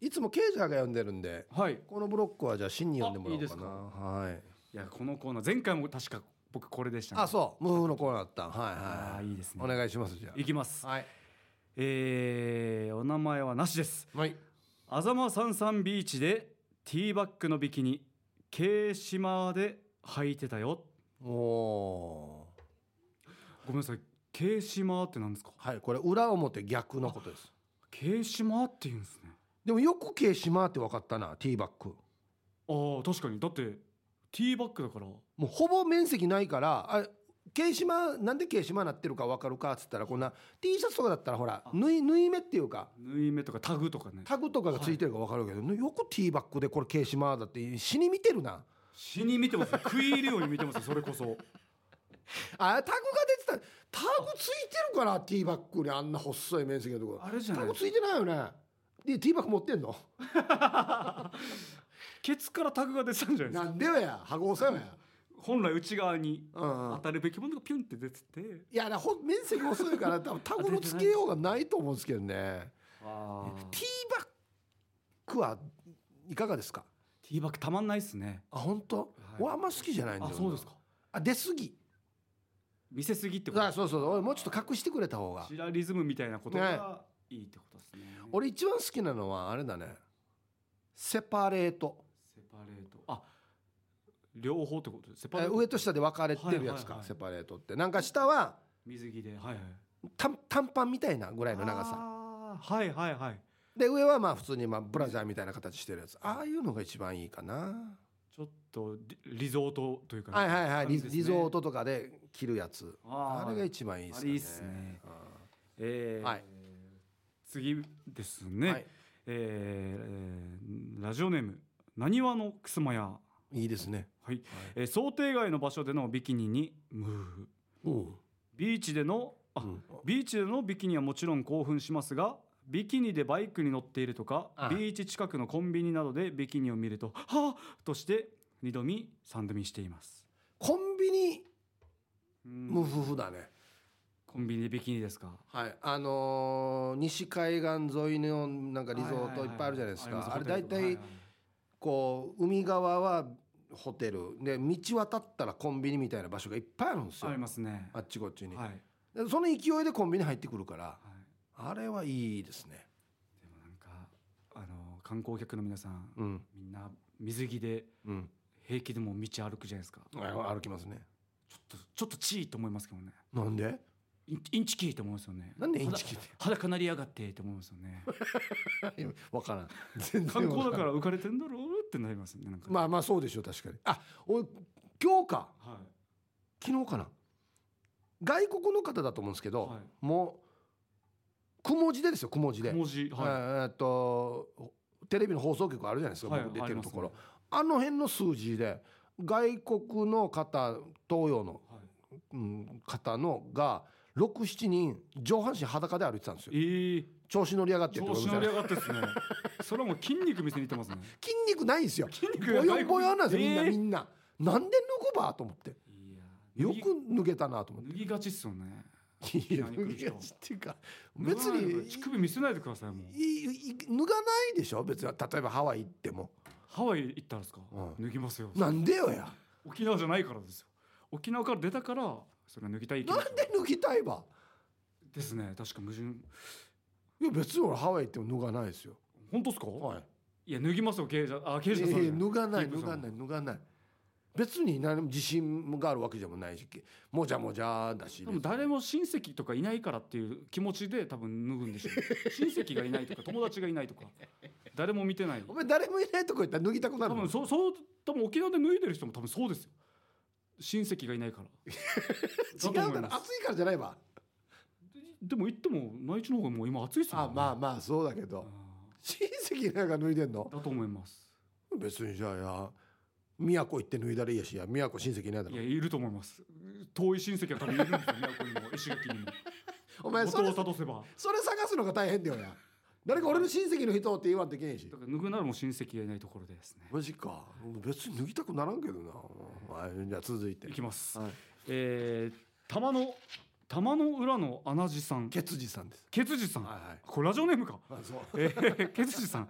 [SPEAKER 2] いつもケイジャーが読んでるんで
[SPEAKER 1] はいい
[SPEAKER 2] このブロックはじゃあ新に読んでもらお
[SPEAKER 1] あ
[SPEAKER 2] う
[SPEAKER 1] いい
[SPEAKER 2] か
[SPEAKER 1] で
[SPEAKER 2] な
[SPEAKER 1] すか
[SPEAKER 2] はい
[SPEAKER 1] やこのコーナー前回も確か僕これでしたね
[SPEAKER 2] あそう無風のコーナーだったはいはい
[SPEAKER 1] あ
[SPEAKER 2] は
[SPEAKER 1] ーいいですね
[SPEAKER 2] お願いしますじゃ
[SPEAKER 1] いきます、
[SPEAKER 2] あはい
[SPEAKER 1] えーお名前はなしです
[SPEAKER 2] はい
[SPEAKER 1] あざまさんさんビーチでティーバッグのビキニ軽島で履いてたよ
[SPEAKER 2] おお
[SPEAKER 1] ごめんなさい軽島って何ですか
[SPEAKER 2] ーはいこれ裏表逆のことです
[SPEAKER 1] 軽島って言うんですね
[SPEAKER 2] でもよくケイシマって分かったなティーバック
[SPEAKER 1] ああ確かにだってティーバッグだから
[SPEAKER 2] もうほぼ面積ないからあれケイシマなんでケイシマなってるか分かるかっつったらこんな T シャツとかだったらほら
[SPEAKER 1] あ
[SPEAKER 2] 縫い縫い目っていうか
[SPEAKER 1] 縫い目とかタグとかね
[SPEAKER 2] タグとかがついてるか分かるけど、よくティーバックでこれケイシマだって死に見てるな
[SPEAKER 1] 死に見てますよ食い入るように見てますよそれこそ
[SPEAKER 2] あタグが出てたタグついてるからティーバックにあんな細い面積のところ
[SPEAKER 1] あれじゃな
[SPEAKER 2] タ
[SPEAKER 1] い
[SPEAKER 2] コついてないよねでティーバッグ持ってんの
[SPEAKER 1] ケツからタグが出てたんじゃないです
[SPEAKER 2] な
[SPEAKER 1] か
[SPEAKER 2] んでよや羽子さよや
[SPEAKER 1] 本来内側に
[SPEAKER 2] うんう
[SPEAKER 1] 当
[SPEAKER 2] ん
[SPEAKER 1] たるべきものがピュンって出てて
[SPEAKER 2] いやなほん面積細いから多分タコのつけようがないと思うんですけどね
[SPEAKER 1] あ
[SPEAKER 2] ティーバッグはいかがですか
[SPEAKER 1] ティーバッグたまんないっすね
[SPEAKER 2] あ本当
[SPEAKER 1] はい
[SPEAKER 2] 俺あんま好きじゃないんだ
[SPEAKER 1] あ
[SPEAKER 2] よな
[SPEAKER 1] そうですか
[SPEAKER 2] あ出過ぎ
[SPEAKER 1] 見せすぎってこと
[SPEAKER 2] あそうそう俺もうちょっと隠してくれた方が
[SPEAKER 1] シラリズムみたいなことがいいってことですね
[SPEAKER 2] 俺一番好きなのはあれだねセパレート
[SPEAKER 1] セパレートあ両方ってことセパレ
[SPEAKER 2] え
[SPEAKER 1] ート
[SPEAKER 2] 上と下で分かれてるやつ
[SPEAKER 1] はいはい
[SPEAKER 2] か
[SPEAKER 1] はい
[SPEAKER 2] セパレートってなんか下は
[SPEAKER 1] 水着ではいはい
[SPEAKER 2] 短短パンみたいなぐらいの長さ
[SPEAKER 1] あーはいはいはい
[SPEAKER 2] で上はまあ普通にまあブラジャーみたいな形してるやつああいうのが一番いいかな
[SPEAKER 1] ちょっとリリゾートというか
[SPEAKER 2] はいはいはいリ,、
[SPEAKER 1] 感じですね
[SPEAKER 2] リゾートとかで着るやつ
[SPEAKER 1] あ
[SPEAKER 2] あ
[SPEAKER 1] ー
[SPEAKER 2] れが一番いいですか
[SPEAKER 1] あ
[SPEAKER 2] ね
[SPEAKER 1] れいいっすね
[SPEAKER 2] うん
[SPEAKER 1] えー
[SPEAKER 2] はい
[SPEAKER 1] 次ですね、
[SPEAKER 2] はい
[SPEAKER 1] えーえーラジオネームなにわのくすまや、
[SPEAKER 2] いいですね
[SPEAKER 1] はいえー想定外の場所でのビキニにムー
[SPEAKER 2] うん
[SPEAKER 1] ビーチでのあ、
[SPEAKER 2] うん
[SPEAKER 1] ビーチでのビキニはもちろん興奮しますがビキニでバイクに乗っているとか
[SPEAKER 2] ああ
[SPEAKER 1] ビーチ近くのコンビニなどでビキニを見ると「はあ!」として二度見三度見しています、
[SPEAKER 2] コンビニ
[SPEAKER 1] うん
[SPEAKER 2] も夫婦だね、
[SPEAKER 1] コンビニでビキニですか
[SPEAKER 2] はいあのー西海岸沿いのなんかリゾートいっぱいあるじゃないです
[SPEAKER 1] はは
[SPEAKER 2] か
[SPEAKER 1] は
[SPEAKER 2] あれ
[SPEAKER 1] ります
[SPEAKER 2] 大
[SPEAKER 1] ホテ
[SPEAKER 2] 体
[SPEAKER 1] ルとかはいはい
[SPEAKER 2] こう海側はホテルで道渡ったらコンビニみたいな場所がいっぱいあるんですよ
[SPEAKER 1] ありますね
[SPEAKER 2] あっちこっちに、
[SPEAKER 1] はい、はい、
[SPEAKER 2] でその勢いでコンビニ入ってくるからあれはいいですね
[SPEAKER 1] でもなんかあの観光客の皆さん
[SPEAKER 2] うん
[SPEAKER 1] みんな水着で
[SPEAKER 2] うん
[SPEAKER 1] 平気でもう道歩くじゃないですかちょ
[SPEAKER 2] あ歩きますね
[SPEAKER 1] っとちょっとチーと思いますけどね
[SPEAKER 2] なんで
[SPEAKER 1] インインチキーって思いますよね
[SPEAKER 2] なんでインチキっ
[SPEAKER 1] 肌裸なりやがってって思いますよ
[SPEAKER 2] [laughs]
[SPEAKER 1] ね
[SPEAKER 2] て [laughs] わからん全
[SPEAKER 1] 観
[SPEAKER 2] 然わ
[SPEAKER 1] 光だ
[SPEAKER 2] ら
[SPEAKER 1] か
[SPEAKER 2] ん
[SPEAKER 1] ら浮かれてんだろうってなりますねなんか
[SPEAKER 2] まあまあそうでしょう確かにあお今日か
[SPEAKER 1] はい
[SPEAKER 2] 昨日かな外国の方だと思うんですけど、
[SPEAKER 1] はい
[SPEAKER 2] もうくも字でですよくも字で
[SPEAKER 1] 文字
[SPEAKER 2] え
[SPEAKER 1] は
[SPEAKER 2] ーえーっとテレビの放送局あるじゃないです
[SPEAKER 1] い
[SPEAKER 2] か、
[SPEAKER 1] はい
[SPEAKER 2] 僕出てるところ、
[SPEAKER 1] ありますね
[SPEAKER 2] あの辺の数字で外国の方東洋の、
[SPEAKER 1] はい
[SPEAKER 2] うん、方のが67人上半身裸で歩いてたんですよ
[SPEAKER 1] ええ
[SPEAKER 2] 調子乗り上がってって
[SPEAKER 1] 調
[SPEAKER 2] こと
[SPEAKER 1] 子
[SPEAKER 2] です
[SPEAKER 1] 乗り
[SPEAKER 2] ね
[SPEAKER 1] 上がってですねそれはもう筋肉見せに行ってますね
[SPEAKER 2] [laughs] 筋肉ないんですよ
[SPEAKER 1] 筋肉
[SPEAKER 2] ボ
[SPEAKER 1] が
[SPEAKER 2] ヨンボヨンなんですよみんな
[SPEAKER 1] えー
[SPEAKER 2] みんななんで脱ぐばと思って
[SPEAKER 1] いや
[SPEAKER 2] よく脱げたなと思っ
[SPEAKER 1] 脱ぎがちっすよね
[SPEAKER 2] ていや
[SPEAKER 1] 何
[SPEAKER 2] 脱
[SPEAKER 1] 来る
[SPEAKER 2] ぎ
[SPEAKER 1] 人
[SPEAKER 2] がちっていうか別
[SPEAKER 1] 脱がないの
[SPEAKER 2] に
[SPEAKER 1] か乳首見せないでくださいもう
[SPEAKER 2] いいい脱がないでしょ別に例えばハワイ行っても
[SPEAKER 1] ハワイ行ったらですか、
[SPEAKER 2] う
[SPEAKER 1] 脱ぎますよ
[SPEAKER 2] なんでよや
[SPEAKER 1] 沖縄じゃないからですよ沖縄から出たからそれは脱ぎたい気持
[SPEAKER 2] な
[SPEAKER 1] ち
[SPEAKER 2] んで脱ぎたいば
[SPEAKER 1] ですね確か矛盾
[SPEAKER 2] いや別に俺ハワイ行っても脱がないですよ
[SPEAKER 1] 本当ですか、
[SPEAKER 2] はい
[SPEAKER 1] い、や脱ぎますよ経営者あ経営者さんじゃな
[SPEAKER 2] いや
[SPEAKER 1] い
[SPEAKER 2] いや脱がない
[SPEAKER 1] キープ
[SPEAKER 2] 脱
[SPEAKER 1] さ
[SPEAKER 2] が
[SPEAKER 1] ん
[SPEAKER 2] ない脱がない別に何も自信があるわけでもないしもじゃもじゃだし
[SPEAKER 1] でも誰も親戚とかいないからっていう気持ちで多分脱ぐんでしょう
[SPEAKER 2] [laughs]
[SPEAKER 1] 親戚がいないとか友達がいないとか誰も見てない
[SPEAKER 2] お前誰もいないとこ行ったら脱ぎたくな
[SPEAKER 1] 多
[SPEAKER 2] るの
[SPEAKER 1] 分そうそう多分沖縄で脱いでる人も多分そうですよ親戚がいないから
[SPEAKER 2] [laughs] 違う
[SPEAKER 1] だと思
[SPEAKER 2] か
[SPEAKER 1] い
[SPEAKER 2] ら
[SPEAKER 1] ます
[SPEAKER 2] 暑いからじゃないわ
[SPEAKER 1] でも行っても内地の方がもう今暑いっすよ、
[SPEAKER 2] あまあまあそうだけど親戚なんか脱いでんの
[SPEAKER 1] うんだと思います
[SPEAKER 2] 別にじゃあや宮古行って脱いだらいいやしいや宮古親戚いないだ
[SPEAKER 1] い
[SPEAKER 2] ろ
[SPEAKER 1] やいると思います遠い親戚が多分いるんですよ都
[SPEAKER 2] [laughs]
[SPEAKER 1] にも石垣にも
[SPEAKER 2] お前そ
[SPEAKER 1] 元
[SPEAKER 2] れ
[SPEAKER 1] をたどせば
[SPEAKER 2] それ探すのが大変だよや誰か俺の親戚の人って言わんといけへんし
[SPEAKER 1] だから脱ぐならもう親戚がいないところでですね
[SPEAKER 2] マジか別に脱ぎたくならんけどな、はい、じゃあ続いて
[SPEAKER 1] いきます、
[SPEAKER 2] はい
[SPEAKER 1] えー、玉の玉の裏の穴地さん
[SPEAKER 2] ケツジさんです
[SPEAKER 1] ケツジさん、
[SPEAKER 2] はいはい
[SPEAKER 1] これラジオネームか
[SPEAKER 2] あそう
[SPEAKER 1] えー、ケツジさん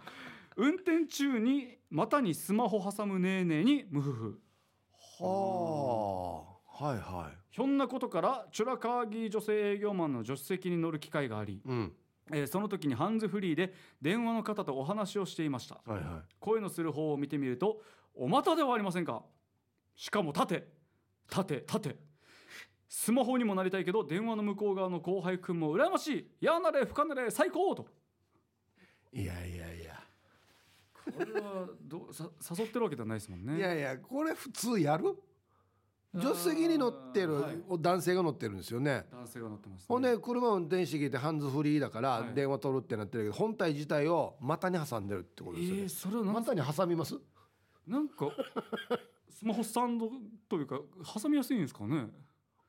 [SPEAKER 1] 運転中に股にスマホ挟むねーねーにムフフ
[SPEAKER 2] はあはいはい
[SPEAKER 1] ひょんなことからチュラカーギー女性営業マンの助手席に乗る機会があり、
[SPEAKER 2] うん
[SPEAKER 1] えーその時にハンズフリーで電話の方とお話をしていました
[SPEAKER 2] はいは
[SPEAKER 1] 声のする方を見てみると「お股ではありませんか」しかも縦縦縦スマホにもなりたいけど電話の向こう側の後輩くんも羨ましいやなれ不可なれ最高と
[SPEAKER 2] いいやいやいや
[SPEAKER 1] これはどうさ [laughs] 誘ってるわけではないですもんね
[SPEAKER 2] いやいやこれ普通やる助手席に乗ってる、
[SPEAKER 1] あーはい
[SPEAKER 2] 男性が乗ってるんですよね
[SPEAKER 1] 男性が乗ってます、ね、
[SPEAKER 2] ほんで車運転してきてハンズフリーだから
[SPEAKER 1] はい
[SPEAKER 2] 電話取るってなってるけど本体自体を股に挟んでるってこと
[SPEAKER 1] え
[SPEAKER 2] ですよね
[SPEAKER 1] ー、それはなん,、
[SPEAKER 2] 股に挟みます
[SPEAKER 1] なんかスマホスタンドというか挟みやすいんですかね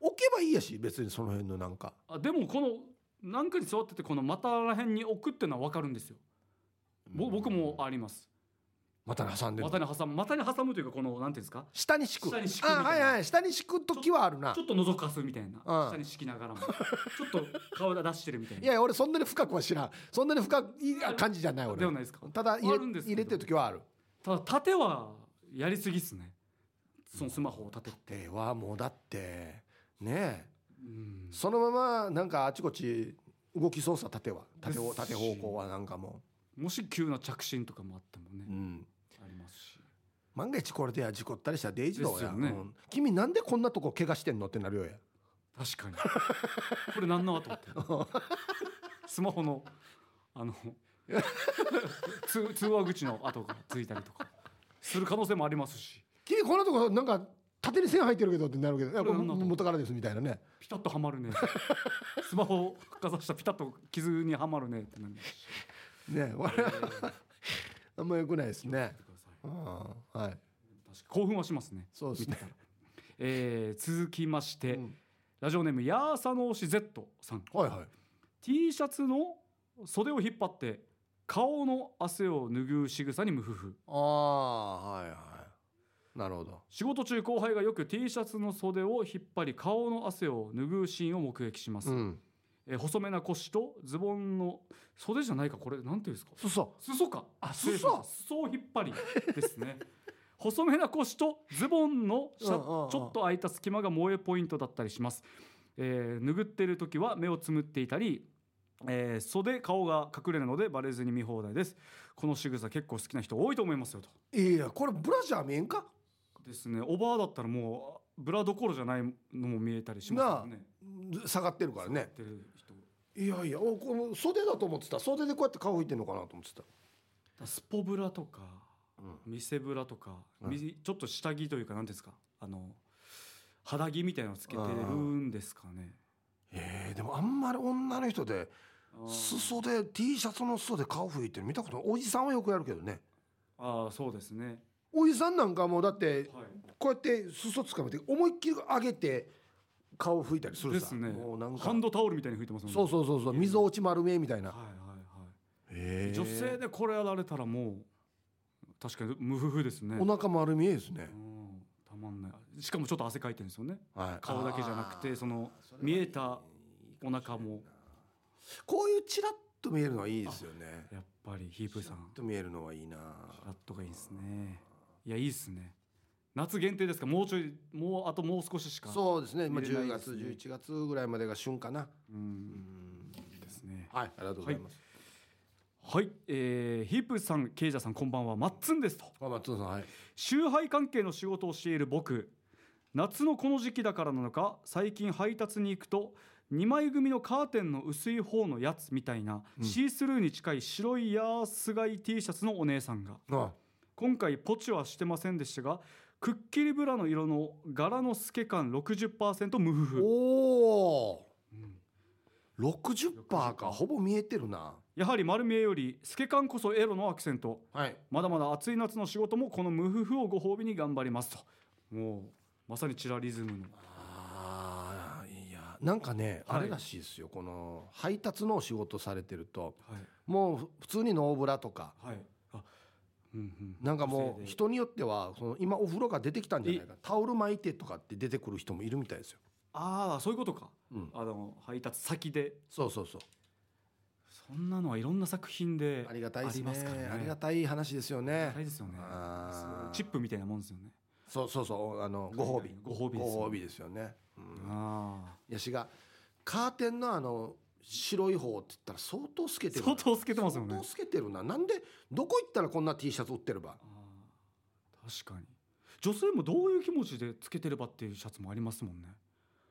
[SPEAKER 2] 置けばいいやし別にその辺のなんか
[SPEAKER 1] あでもこのなんかに座っててこの股ら辺に置くってのは分かるんですよぼ僕もあります
[SPEAKER 2] 股に挟んでる
[SPEAKER 1] 股に挟む股に挟むというかこのなんていうんですか
[SPEAKER 2] 下に敷く
[SPEAKER 1] 下に敷くみた
[SPEAKER 2] あ
[SPEAKER 1] いな
[SPEAKER 2] はいはい下に敷く時はあるな
[SPEAKER 1] ちょっと覗かすみたいな
[SPEAKER 2] うん
[SPEAKER 1] 下に敷きなが
[SPEAKER 2] [laughs]
[SPEAKER 1] らもちょっと顔出してるみたい
[SPEAKER 2] い
[SPEAKER 1] な
[SPEAKER 2] やいや俺そんなに深くは知らんそんなに深くいい感じじゃない
[SPEAKER 1] で
[SPEAKER 2] 俺
[SPEAKER 1] はないですか
[SPEAKER 2] ただ入れ
[SPEAKER 1] あるんですけ
[SPEAKER 2] 入
[SPEAKER 1] ど
[SPEAKER 2] れてる時はある
[SPEAKER 1] ただ縦はやりすぎっすねそのスマホを縦って、
[SPEAKER 2] ではもうだってねえ
[SPEAKER 1] うん、
[SPEAKER 2] そのままなんかあちこち動きそうさ縦は縦を
[SPEAKER 1] ですし
[SPEAKER 2] 縦方向はなんかも
[SPEAKER 1] もし急な着信とかもあってもね
[SPEAKER 2] う、うん、
[SPEAKER 1] ありますし
[SPEAKER 2] 万が一これでや事故ったりしたらデイジだわ
[SPEAKER 1] です
[SPEAKER 2] や、
[SPEAKER 1] よね
[SPEAKER 2] うん君なんでこんなとこ怪我してんのってなるよや
[SPEAKER 1] 確かにこれ何の後ってスマホのあの通通話口の跡がついたりとかする可能性もありますし
[SPEAKER 2] 君こんなとこなんか縦に線入ってるけどってなるけどいや
[SPEAKER 1] これ
[SPEAKER 2] これ
[SPEAKER 1] なんだと
[SPEAKER 2] 元からですみたいなね
[SPEAKER 1] ピタッとはまるねスマホをかざしたらピタッと傷にはまるねってなりますし [laughs]
[SPEAKER 2] ねこれあんま良くないです
[SPEAKER 1] 見
[SPEAKER 2] ね
[SPEAKER 1] てください
[SPEAKER 2] うんはい
[SPEAKER 1] 確か興奮はしますね
[SPEAKER 2] そうですね
[SPEAKER 1] 見てたら、えー続きまして、
[SPEAKER 2] うん
[SPEAKER 1] ラジオネームヤーサノーシ Z さん
[SPEAKER 2] はいはい
[SPEAKER 1] T シャツの袖を引っ張って顔の汗を拭う仕草に無夫婦
[SPEAKER 2] ああはいはいなるほど
[SPEAKER 1] 仕事中後輩がよく T シャツの袖を引っ張り顔の汗を拭うシーンを目撃します、
[SPEAKER 2] うん
[SPEAKER 1] えー細めな腰とズボンの袖じゃないかこれなんていうんですか
[SPEAKER 2] そうそ
[SPEAKER 1] 裾かあ
[SPEAKER 2] 裾
[SPEAKER 1] 裾を引っ張りです
[SPEAKER 2] [laughs]
[SPEAKER 1] ね細めな腰とズボンのシャ
[SPEAKER 2] うんうんうん
[SPEAKER 1] ちょっと空いた隙間が萌えポイントだったりします、えー、拭ってる時は目をつむっていたりえー袖顔が隠れるのでバレずに見放題ですこの仕草結構好きな人多いと思いますよと
[SPEAKER 2] ういやこれブラジャー見えんか
[SPEAKER 1] ですねおばあだったらもうブラどころじゃないのも見えたりしますよね
[SPEAKER 2] 下がってるから
[SPEAKER 1] や
[SPEAKER 2] ね
[SPEAKER 1] ってる人
[SPEAKER 2] いやいやおこの袖だと思ってた袖でこうやって顔拭いてんのかなと思ってた、
[SPEAKER 1] スポブラとか
[SPEAKER 2] うん
[SPEAKER 1] 見せブラとか、
[SPEAKER 2] うん
[SPEAKER 1] みちょっと下着というか何ですかあの肌着みたいなのつけてるんですかね
[SPEAKER 2] えーでもあんまり女の人で
[SPEAKER 1] あー
[SPEAKER 2] 裾で T シャツの裾で顔拭いてる見たことないおじさんはよくやるけどね
[SPEAKER 1] あーそうですね
[SPEAKER 2] おじさんなんかもうだって
[SPEAKER 1] はい
[SPEAKER 2] こうやって裾つかめて思いっきり上げて顔拭いたりする
[SPEAKER 1] で
[SPEAKER 2] さ
[SPEAKER 1] すね
[SPEAKER 2] もうなんか
[SPEAKER 1] ハンドタオルみたいに拭いてますもんね
[SPEAKER 2] そうそうそうそう水落ち丸めみたいな
[SPEAKER 1] はいはいはい
[SPEAKER 2] へえ
[SPEAKER 1] 女性でこれやられたらもう確かに無夫婦ですね
[SPEAKER 2] お腹丸見えですね
[SPEAKER 1] うんたまんないしかもちょっと汗かいてるんですよね
[SPEAKER 2] はい
[SPEAKER 1] 顔だけじゃなく
[SPEAKER 2] あ
[SPEAKER 1] て
[SPEAKER 2] ー
[SPEAKER 1] その
[SPEAKER 2] それはいい
[SPEAKER 1] 見えたお腹も
[SPEAKER 2] こういうチラッと見えるのはいいですよね
[SPEAKER 1] やっぱりヒープー
[SPEAKER 2] チ
[SPEAKER 1] さ
[SPEAKER 2] ラ
[SPEAKER 1] ん
[SPEAKER 2] ッと見えるのはいいな
[SPEAKER 1] フラットがいいですねいやいいですね夏限定ですかもうちょいもうあともう少ししかう、
[SPEAKER 2] そうですね、まあ、
[SPEAKER 1] 見れな
[SPEAKER 2] 10
[SPEAKER 1] い
[SPEAKER 2] 月
[SPEAKER 1] ですね
[SPEAKER 2] 11月ぐらいまでが旬かな
[SPEAKER 1] うん、
[SPEAKER 2] うん
[SPEAKER 1] ですね
[SPEAKER 2] はいありがとうございます、
[SPEAKER 1] はい、えー、ヒープーさんケイジャーさんこんばんはマッツンですと
[SPEAKER 2] あ松野さんはい
[SPEAKER 1] 集配関係の仕事をしている僕夏のこの時期だからなのか最近配達に行くと2枚組のカーテンの薄い方のやつみたいな、
[SPEAKER 2] うん
[SPEAKER 1] シースルーに近い白いヤースガイ T シャツのお姉さんが
[SPEAKER 2] あ
[SPEAKER 1] 今回ポチはしてませんでしたがくっきりブラの色の柄の透け感60%無夫婦、
[SPEAKER 2] おお
[SPEAKER 1] うん
[SPEAKER 2] 60%かほぼ見えてるな
[SPEAKER 1] やはり丸見えより透け感こそエロのアクセント
[SPEAKER 2] はい
[SPEAKER 1] まだまだ暑い夏の仕事もこの無夫婦をご褒美に頑張りますともうまさにチラリズムの
[SPEAKER 2] あーいやなんかね、
[SPEAKER 1] はい
[SPEAKER 2] あれらしいですよこの配達のお仕事されてると
[SPEAKER 1] はい
[SPEAKER 2] もうふ普通にノーブラとか
[SPEAKER 1] はい。あ、うんうん。
[SPEAKER 2] なんかもう
[SPEAKER 1] 女性で
[SPEAKER 2] 人によってはその今お風呂が出てきたんじゃないかタオル巻いてとかって出てくる人もいるみたいですよ、
[SPEAKER 1] ああ、そういうことか。
[SPEAKER 2] うん、
[SPEAKER 1] あの配達先で。
[SPEAKER 2] そうそうそう
[SPEAKER 1] そんなのはいろんな作品で
[SPEAKER 2] ありがたいですね
[SPEAKER 1] ありますからね
[SPEAKER 2] ありがたい話ですよ
[SPEAKER 1] あ
[SPEAKER 2] ね
[SPEAKER 1] りですよね。
[SPEAKER 2] あー
[SPEAKER 1] チップみたいなもんですよね。
[SPEAKER 2] そうそうそうあのご褒美
[SPEAKER 1] ご褒美ですよね
[SPEAKER 2] ご褒美ですよね、うん、
[SPEAKER 1] あ
[SPEAKER 2] いやしがカーテンのあの白い方って言ったら相当透けてるな
[SPEAKER 1] 相当透けてますよね
[SPEAKER 2] 相当透けてるななんでどこ行ったらこんな T シャツ売ってれば
[SPEAKER 1] あ。確かに。女性もどういう気持ちでつけてればっていうシャツもありますもんね。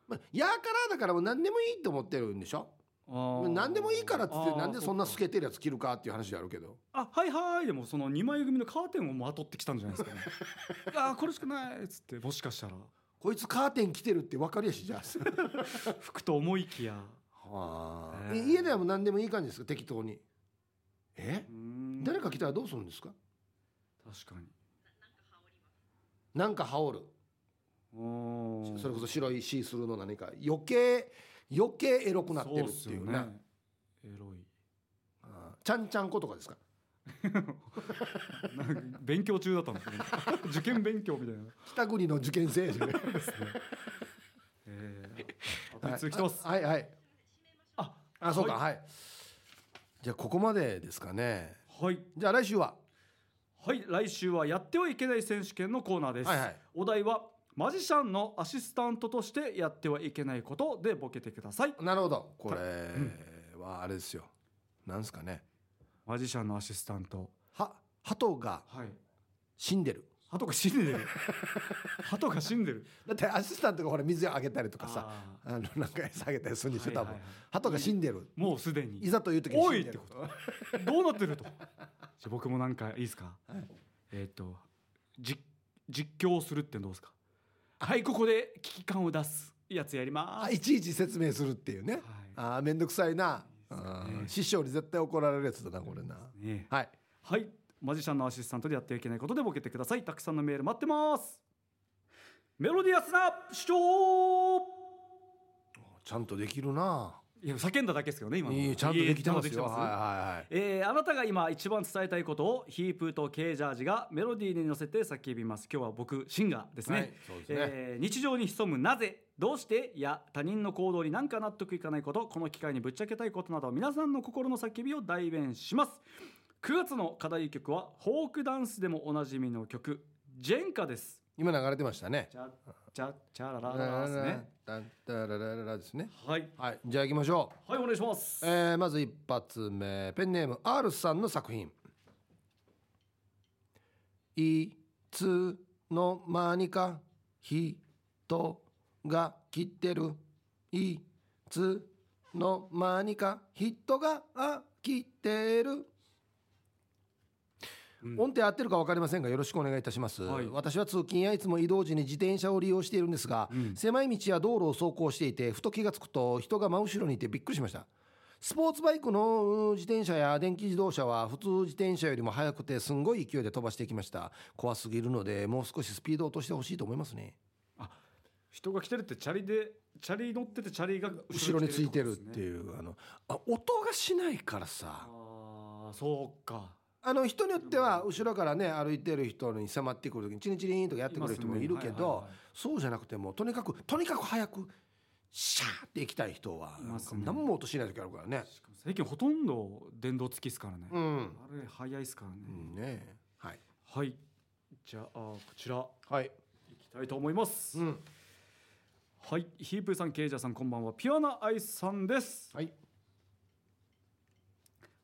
[SPEAKER 2] まあ、やからだからもう何でもいいと思ってるんでしょ
[SPEAKER 1] ああ
[SPEAKER 2] 何でもいいからっつって
[SPEAKER 1] ああ
[SPEAKER 2] なんでそんな透
[SPEAKER 1] うか
[SPEAKER 2] けてるやつ着るかっていう話であるけど
[SPEAKER 1] あはいはいでもその2枚組のカーテンをまとってきたんじゃないですかね [laughs] ああこれしかないっつってもしかしたら
[SPEAKER 2] こいつカーテン着てるって分かりやしじゃ
[SPEAKER 1] 服と思いきや
[SPEAKER 2] あはあ
[SPEAKER 1] ね
[SPEAKER 2] え家ではもう何でもいい感じですか適当にえ
[SPEAKER 1] うん
[SPEAKER 2] 誰か着たらどうするんですか
[SPEAKER 1] 確かに
[SPEAKER 2] なんか羽織る
[SPEAKER 1] うん
[SPEAKER 2] それこそ白いシースルーの何か余計余計エロくなってるっていうな
[SPEAKER 1] そうっすよねエロい
[SPEAKER 2] あーちゃんちゃんことかですか
[SPEAKER 1] なんか勉強中だったんですよね [laughs] 受験勉強みたいな、
[SPEAKER 2] 北国の受験生で
[SPEAKER 1] [laughs]
[SPEAKER 2] すね
[SPEAKER 1] えー、あと一通来てます
[SPEAKER 2] はいはい
[SPEAKER 1] あ
[SPEAKER 2] あそうか
[SPEAKER 1] は
[SPEAKER 2] はい、じゃあここまでですかね
[SPEAKER 1] はい
[SPEAKER 2] じゃあ来週は
[SPEAKER 1] はい来週はやってはいけない選手権のコーナーです、
[SPEAKER 2] はいはい
[SPEAKER 1] お題はマジシャンのアシスタントとしてやってはいけないことでボケてください
[SPEAKER 2] なるほどこれはあれですよなんですかね
[SPEAKER 1] マジシャンのアシスタント
[SPEAKER 2] は鳩が
[SPEAKER 1] はい
[SPEAKER 2] 死んでる
[SPEAKER 1] 鳩が死ん
[SPEAKER 2] [laughs]
[SPEAKER 1] でる鳩が死んでる
[SPEAKER 2] だってアシスタントがほら水あげたりとかさ
[SPEAKER 1] あ
[SPEAKER 2] あのなんか餌あげたりするん
[SPEAKER 1] ー
[SPEAKER 2] でしょ多
[SPEAKER 1] はい
[SPEAKER 2] 分
[SPEAKER 1] はいはい
[SPEAKER 2] 鳩が死んでる
[SPEAKER 1] もうすで
[SPEAKER 2] い
[SPEAKER 1] に
[SPEAKER 2] ざという時に
[SPEAKER 1] お
[SPEAKER 2] 死
[SPEAKER 1] い
[SPEAKER 2] ん
[SPEAKER 1] って
[SPEAKER 2] でる
[SPEAKER 1] ことどうなってるとじゃあ僕もなんかいいですか
[SPEAKER 2] はい
[SPEAKER 1] えっ、とじ実況をするってどうですかはいここで危機感を出すやつやりま
[SPEAKER 2] [laughs] あ
[SPEAKER 1] す
[SPEAKER 2] いちいち説明するっていうね
[SPEAKER 1] は
[SPEAKER 2] あーめんどくさいなあ
[SPEAKER 1] ね、
[SPEAKER 2] ー師匠に絶対怒られるやつだなこれない
[SPEAKER 1] ね
[SPEAKER 2] はい
[SPEAKER 1] はいマジシャンのアシスタントでやってはいけないことでボケてくださいたくさんのメール待ってますメロディアスな主張
[SPEAKER 2] ちゃんとできるない
[SPEAKER 1] や叫んだだけですけどね今の
[SPEAKER 2] いいちゃんとできてますよ
[SPEAKER 1] いいちゃんとできて
[SPEAKER 2] はいはいはい
[SPEAKER 1] えーあなたが今一番伝えたいことをヒープーとケージャージがメロディーに乗せて叫びます今日は僕シンガーですね,、
[SPEAKER 2] はいそうですね
[SPEAKER 1] えー日常に潜むなぜどうしていや他人の行動になんか納得いかないことこの機会にぶっちゃけたいことなど皆さんの心の叫びを代弁します9月の課題曲はフォークダンスでもおなじみの曲ジェンカです
[SPEAKER 2] 今流れてましたね
[SPEAKER 1] チャチャチャララ
[SPEAKER 2] ラ
[SPEAKER 1] ララ
[SPEAKER 2] ララ
[SPEAKER 1] ですね
[SPEAKER 2] ララララララですね
[SPEAKER 1] はい
[SPEAKER 2] はいじゃあ行きましょ
[SPEAKER 1] はいお願いします
[SPEAKER 2] う、えーまず一発目ペンネーム R さんの作品いつの間にか人が来てるいつの間にか人が来てる
[SPEAKER 1] うん
[SPEAKER 2] 音程合ってるか分かりませんがよろしくお願いいたします、
[SPEAKER 1] はい
[SPEAKER 2] 私は通勤やいつも移動時に自転車を利用しているんですが、
[SPEAKER 1] うん
[SPEAKER 2] 狭い道や道路を走行していてふと気がつくと人が真後ろにいてびっくりしましたスポーツバイクのうん自転車や電気自動車は普通自転車よりも速くてすんごい勢いで飛ばしていきました怖すぎるのでもう少しスピードを落としてほしいと思いますね
[SPEAKER 1] 人が来てるってチャリでチャリ乗っててチャリが
[SPEAKER 2] 後ろについてるっ
[SPEAKER 1] こ
[SPEAKER 2] て
[SPEAKER 1] とですね
[SPEAKER 2] いうあのあ音がしないからさ
[SPEAKER 1] ああそうか
[SPEAKER 2] あの人によっては後ろからね歩いてる人に迫ってくる時にチリンチリンとかやってくる人もいるけ
[SPEAKER 1] ますねはいはい
[SPEAKER 2] ど
[SPEAKER 1] はい
[SPEAKER 2] そうじゃなくてもうとにかくとにかく早くシャーって行きたい人はい
[SPEAKER 1] ますね
[SPEAKER 2] 何も落としない時あるからね。
[SPEAKER 1] しかも最近ほとんど電動付きっすからね、
[SPEAKER 2] うん、
[SPEAKER 1] あれ早いっすからね、
[SPEAKER 2] うんねはい
[SPEAKER 1] はいじゃあこちら
[SPEAKER 2] はい、
[SPEAKER 1] いきたいと思います、
[SPEAKER 2] うん
[SPEAKER 1] はいヒープーさんケイジャーさんこんばんはピュアなアイスさんです
[SPEAKER 2] はい、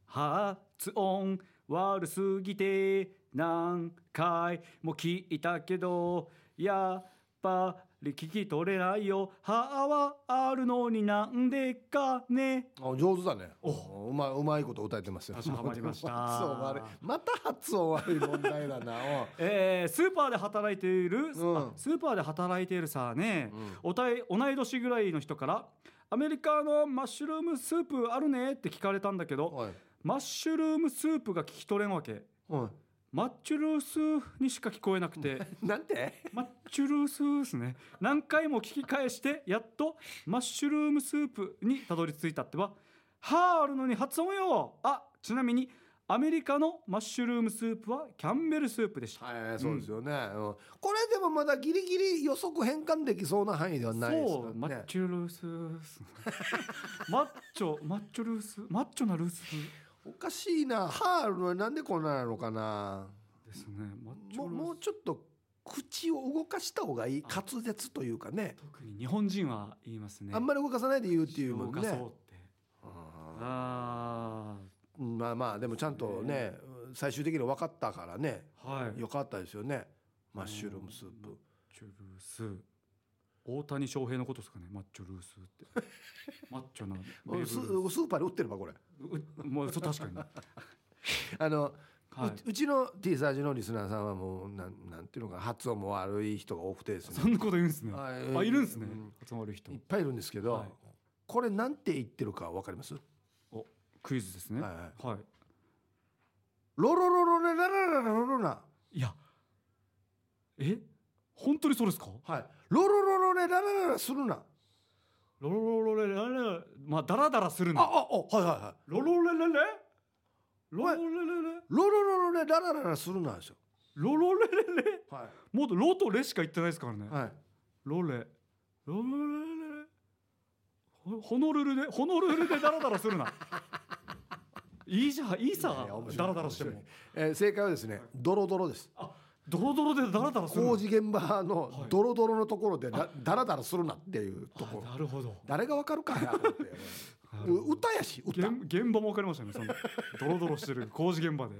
[SPEAKER 1] 発音悪すぎて何回も聞いたけどやっぱり聞き取れないよ「は」はあるのになんでかね
[SPEAKER 2] あ上手だね
[SPEAKER 1] お
[SPEAKER 2] うまいうまいこと歌えてますよ
[SPEAKER 1] あそうハマりました
[SPEAKER 2] [laughs] 発音悪いまた発音悪い問題だな
[SPEAKER 1] えースーパーで働いている、
[SPEAKER 2] うん
[SPEAKER 1] あスーパーで働いているさね、
[SPEAKER 2] うん
[SPEAKER 1] おたい同い年ぐらいの人から「アメリカのマッシュルームスープあるね?」って聞かれたんだけど
[SPEAKER 2] おい
[SPEAKER 1] マッシュルームスープが聞き取れんわけ
[SPEAKER 2] おい
[SPEAKER 1] マッチュルースにしか聞こえなくて
[SPEAKER 2] なんて
[SPEAKER 1] マッチュルースですね何回も聞き返してやっとマッシュルームスープにたどり着いたってば「はーあるのに発音よあちなみにアメリカのマッシュルームスープはキャンベルスープでした
[SPEAKER 2] はい、そうですよね、うんこれでもまだギリギリ予測変換できそうな範囲ではないですか
[SPEAKER 1] そう、マ
[SPEAKER 2] ら
[SPEAKER 1] ッ
[SPEAKER 2] ね。
[SPEAKER 1] チョルース
[SPEAKER 2] [laughs]
[SPEAKER 1] マッチョマッチョルースマッチョなルース
[SPEAKER 2] おかしいな、ハールはなんでこんなのかな。
[SPEAKER 1] ですねマッチ
[SPEAKER 2] も
[SPEAKER 1] ョ
[SPEAKER 2] う、
[SPEAKER 1] ルース
[SPEAKER 2] もうちょっと口を動かした方がいい、滑舌というかね。
[SPEAKER 1] 特に日本人は言いますね
[SPEAKER 2] あんまり動かさないで言うっていうもん
[SPEAKER 1] 動か
[SPEAKER 2] ね
[SPEAKER 1] そ。うってあ
[SPEAKER 2] うんまあまあ、でもちゃんとね、最終的に分かったからね。
[SPEAKER 1] あはい
[SPEAKER 2] よかったですよね。マッシュルームスープ。
[SPEAKER 1] マッチョルース大谷翔平のことですかねマッチョルースって
[SPEAKER 2] [laughs]
[SPEAKER 1] マッチョなベーブルー
[SPEAKER 2] ス
[SPEAKER 1] ス
[SPEAKER 2] スーパーで売ってるばこれ。
[SPEAKER 1] うもうそう確か
[SPEAKER 2] [laughs]
[SPEAKER 1] にね
[SPEAKER 2] あの、
[SPEAKER 1] はいう
[SPEAKER 2] うちの T サージのリスナーさんはもうなんなんていうのかな発音も悪い人が多くてですね
[SPEAKER 1] そんなこと言うんですね
[SPEAKER 2] は
[SPEAKER 1] あ
[SPEAKER 2] い
[SPEAKER 1] いるんですね
[SPEAKER 2] うん
[SPEAKER 1] 集まる人
[SPEAKER 2] いっぱいいるんですけど、
[SPEAKER 1] はい
[SPEAKER 2] これなんて言ってるかわかります
[SPEAKER 1] おクイズですね
[SPEAKER 2] はい
[SPEAKER 1] は
[SPEAKER 2] ロロロロレララララロロナ
[SPEAKER 1] いいやえ本当にそうですか
[SPEAKER 2] はいロロロロレララララするな
[SPEAKER 1] ロロロロレレレまあダラダラする
[SPEAKER 2] あ
[SPEAKER 1] な
[SPEAKER 2] ああはいはいはい
[SPEAKER 1] ロロレレレロロレレレ
[SPEAKER 2] ロロロロレララララするなですよ
[SPEAKER 1] ロロレレレ
[SPEAKER 2] は
[SPEAKER 1] もうロとレしか言ってないですからね
[SPEAKER 2] いはい
[SPEAKER 1] ロレロロレレレほホノルルでホノルルでダラダラする
[SPEAKER 2] [laughs]
[SPEAKER 1] ないいじゃんいい
[SPEAKER 2] いや
[SPEAKER 1] さ
[SPEAKER 2] いや面白い
[SPEAKER 1] ダラダラして
[SPEAKER 2] 面
[SPEAKER 1] も
[SPEAKER 2] 白いえー正解はですねドロドロです
[SPEAKER 1] あドロドロでダラダラするな
[SPEAKER 2] 工事現場の
[SPEAKER 1] い
[SPEAKER 2] ドロドロのところでだダラダラするなっていうところ
[SPEAKER 1] あなるほど
[SPEAKER 2] 誰がわかるかなと思ってう歌やし歌
[SPEAKER 1] 現現場も分かりましたねそのドロドロしてる工事現場で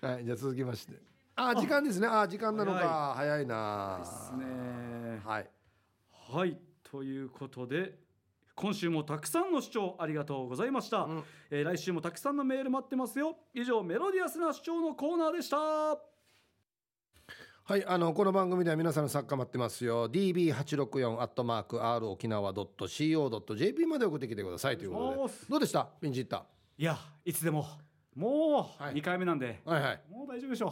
[SPEAKER 2] はい、じゃあ続きまして。あ、時間ですね。あ、時間なのか。早いな。
[SPEAKER 1] ね
[SPEAKER 2] はい。
[SPEAKER 1] はいということで今週もたくさんの視聴ありがとうございました、
[SPEAKER 2] ん
[SPEAKER 1] えー来週もたくさんのメール待ってますよ以上メロディアスな視聴のコーナーでしたは
[SPEAKER 2] はい、あの、この番組では皆さんの作家待ってますよ。db864 アットマーク r 沖縄 .co.jp まで送ってきてくださいという
[SPEAKER 1] お
[SPEAKER 2] こ
[SPEAKER 1] ー。
[SPEAKER 2] とですどうでしたピンチヒッタ
[SPEAKER 1] いやいつでももう
[SPEAKER 2] はい
[SPEAKER 1] 2回目なんで、
[SPEAKER 2] ー。はいはい。
[SPEAKER 1] もう大丈夫でしょ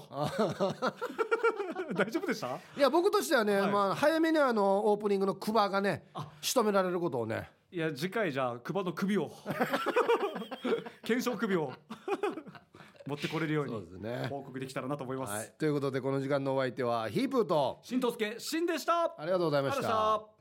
[SPEAKER 1] [laughs] う大丈夫でした
[SPEAKER 2] いや、僕としてはね、
[SPEAKER 1] はい
[SPEAKER 2] まあ、早めにあの、オープニングのクバがね
[SPEAKER 1] あ、
[SPEAKER 2] 仕留められることをね。
[SPEAKER 1] いや次回じゃあクバの首 [laughs] を検証首を持ってこれるよう
[SPEAKER 2] そう
[SPEAKER 1] に
[SPEAKER 2] ですね。
[SPEAKER 1] 報告できたらなと思います、
[SPEAKER 2] はい。ということで、この時間のお相手は、ヒープーと、
[SPEAKER 1] 新藤助新でしたあ
[SPEAKER 2] ありがとうございました。
[SPEAKER 1] た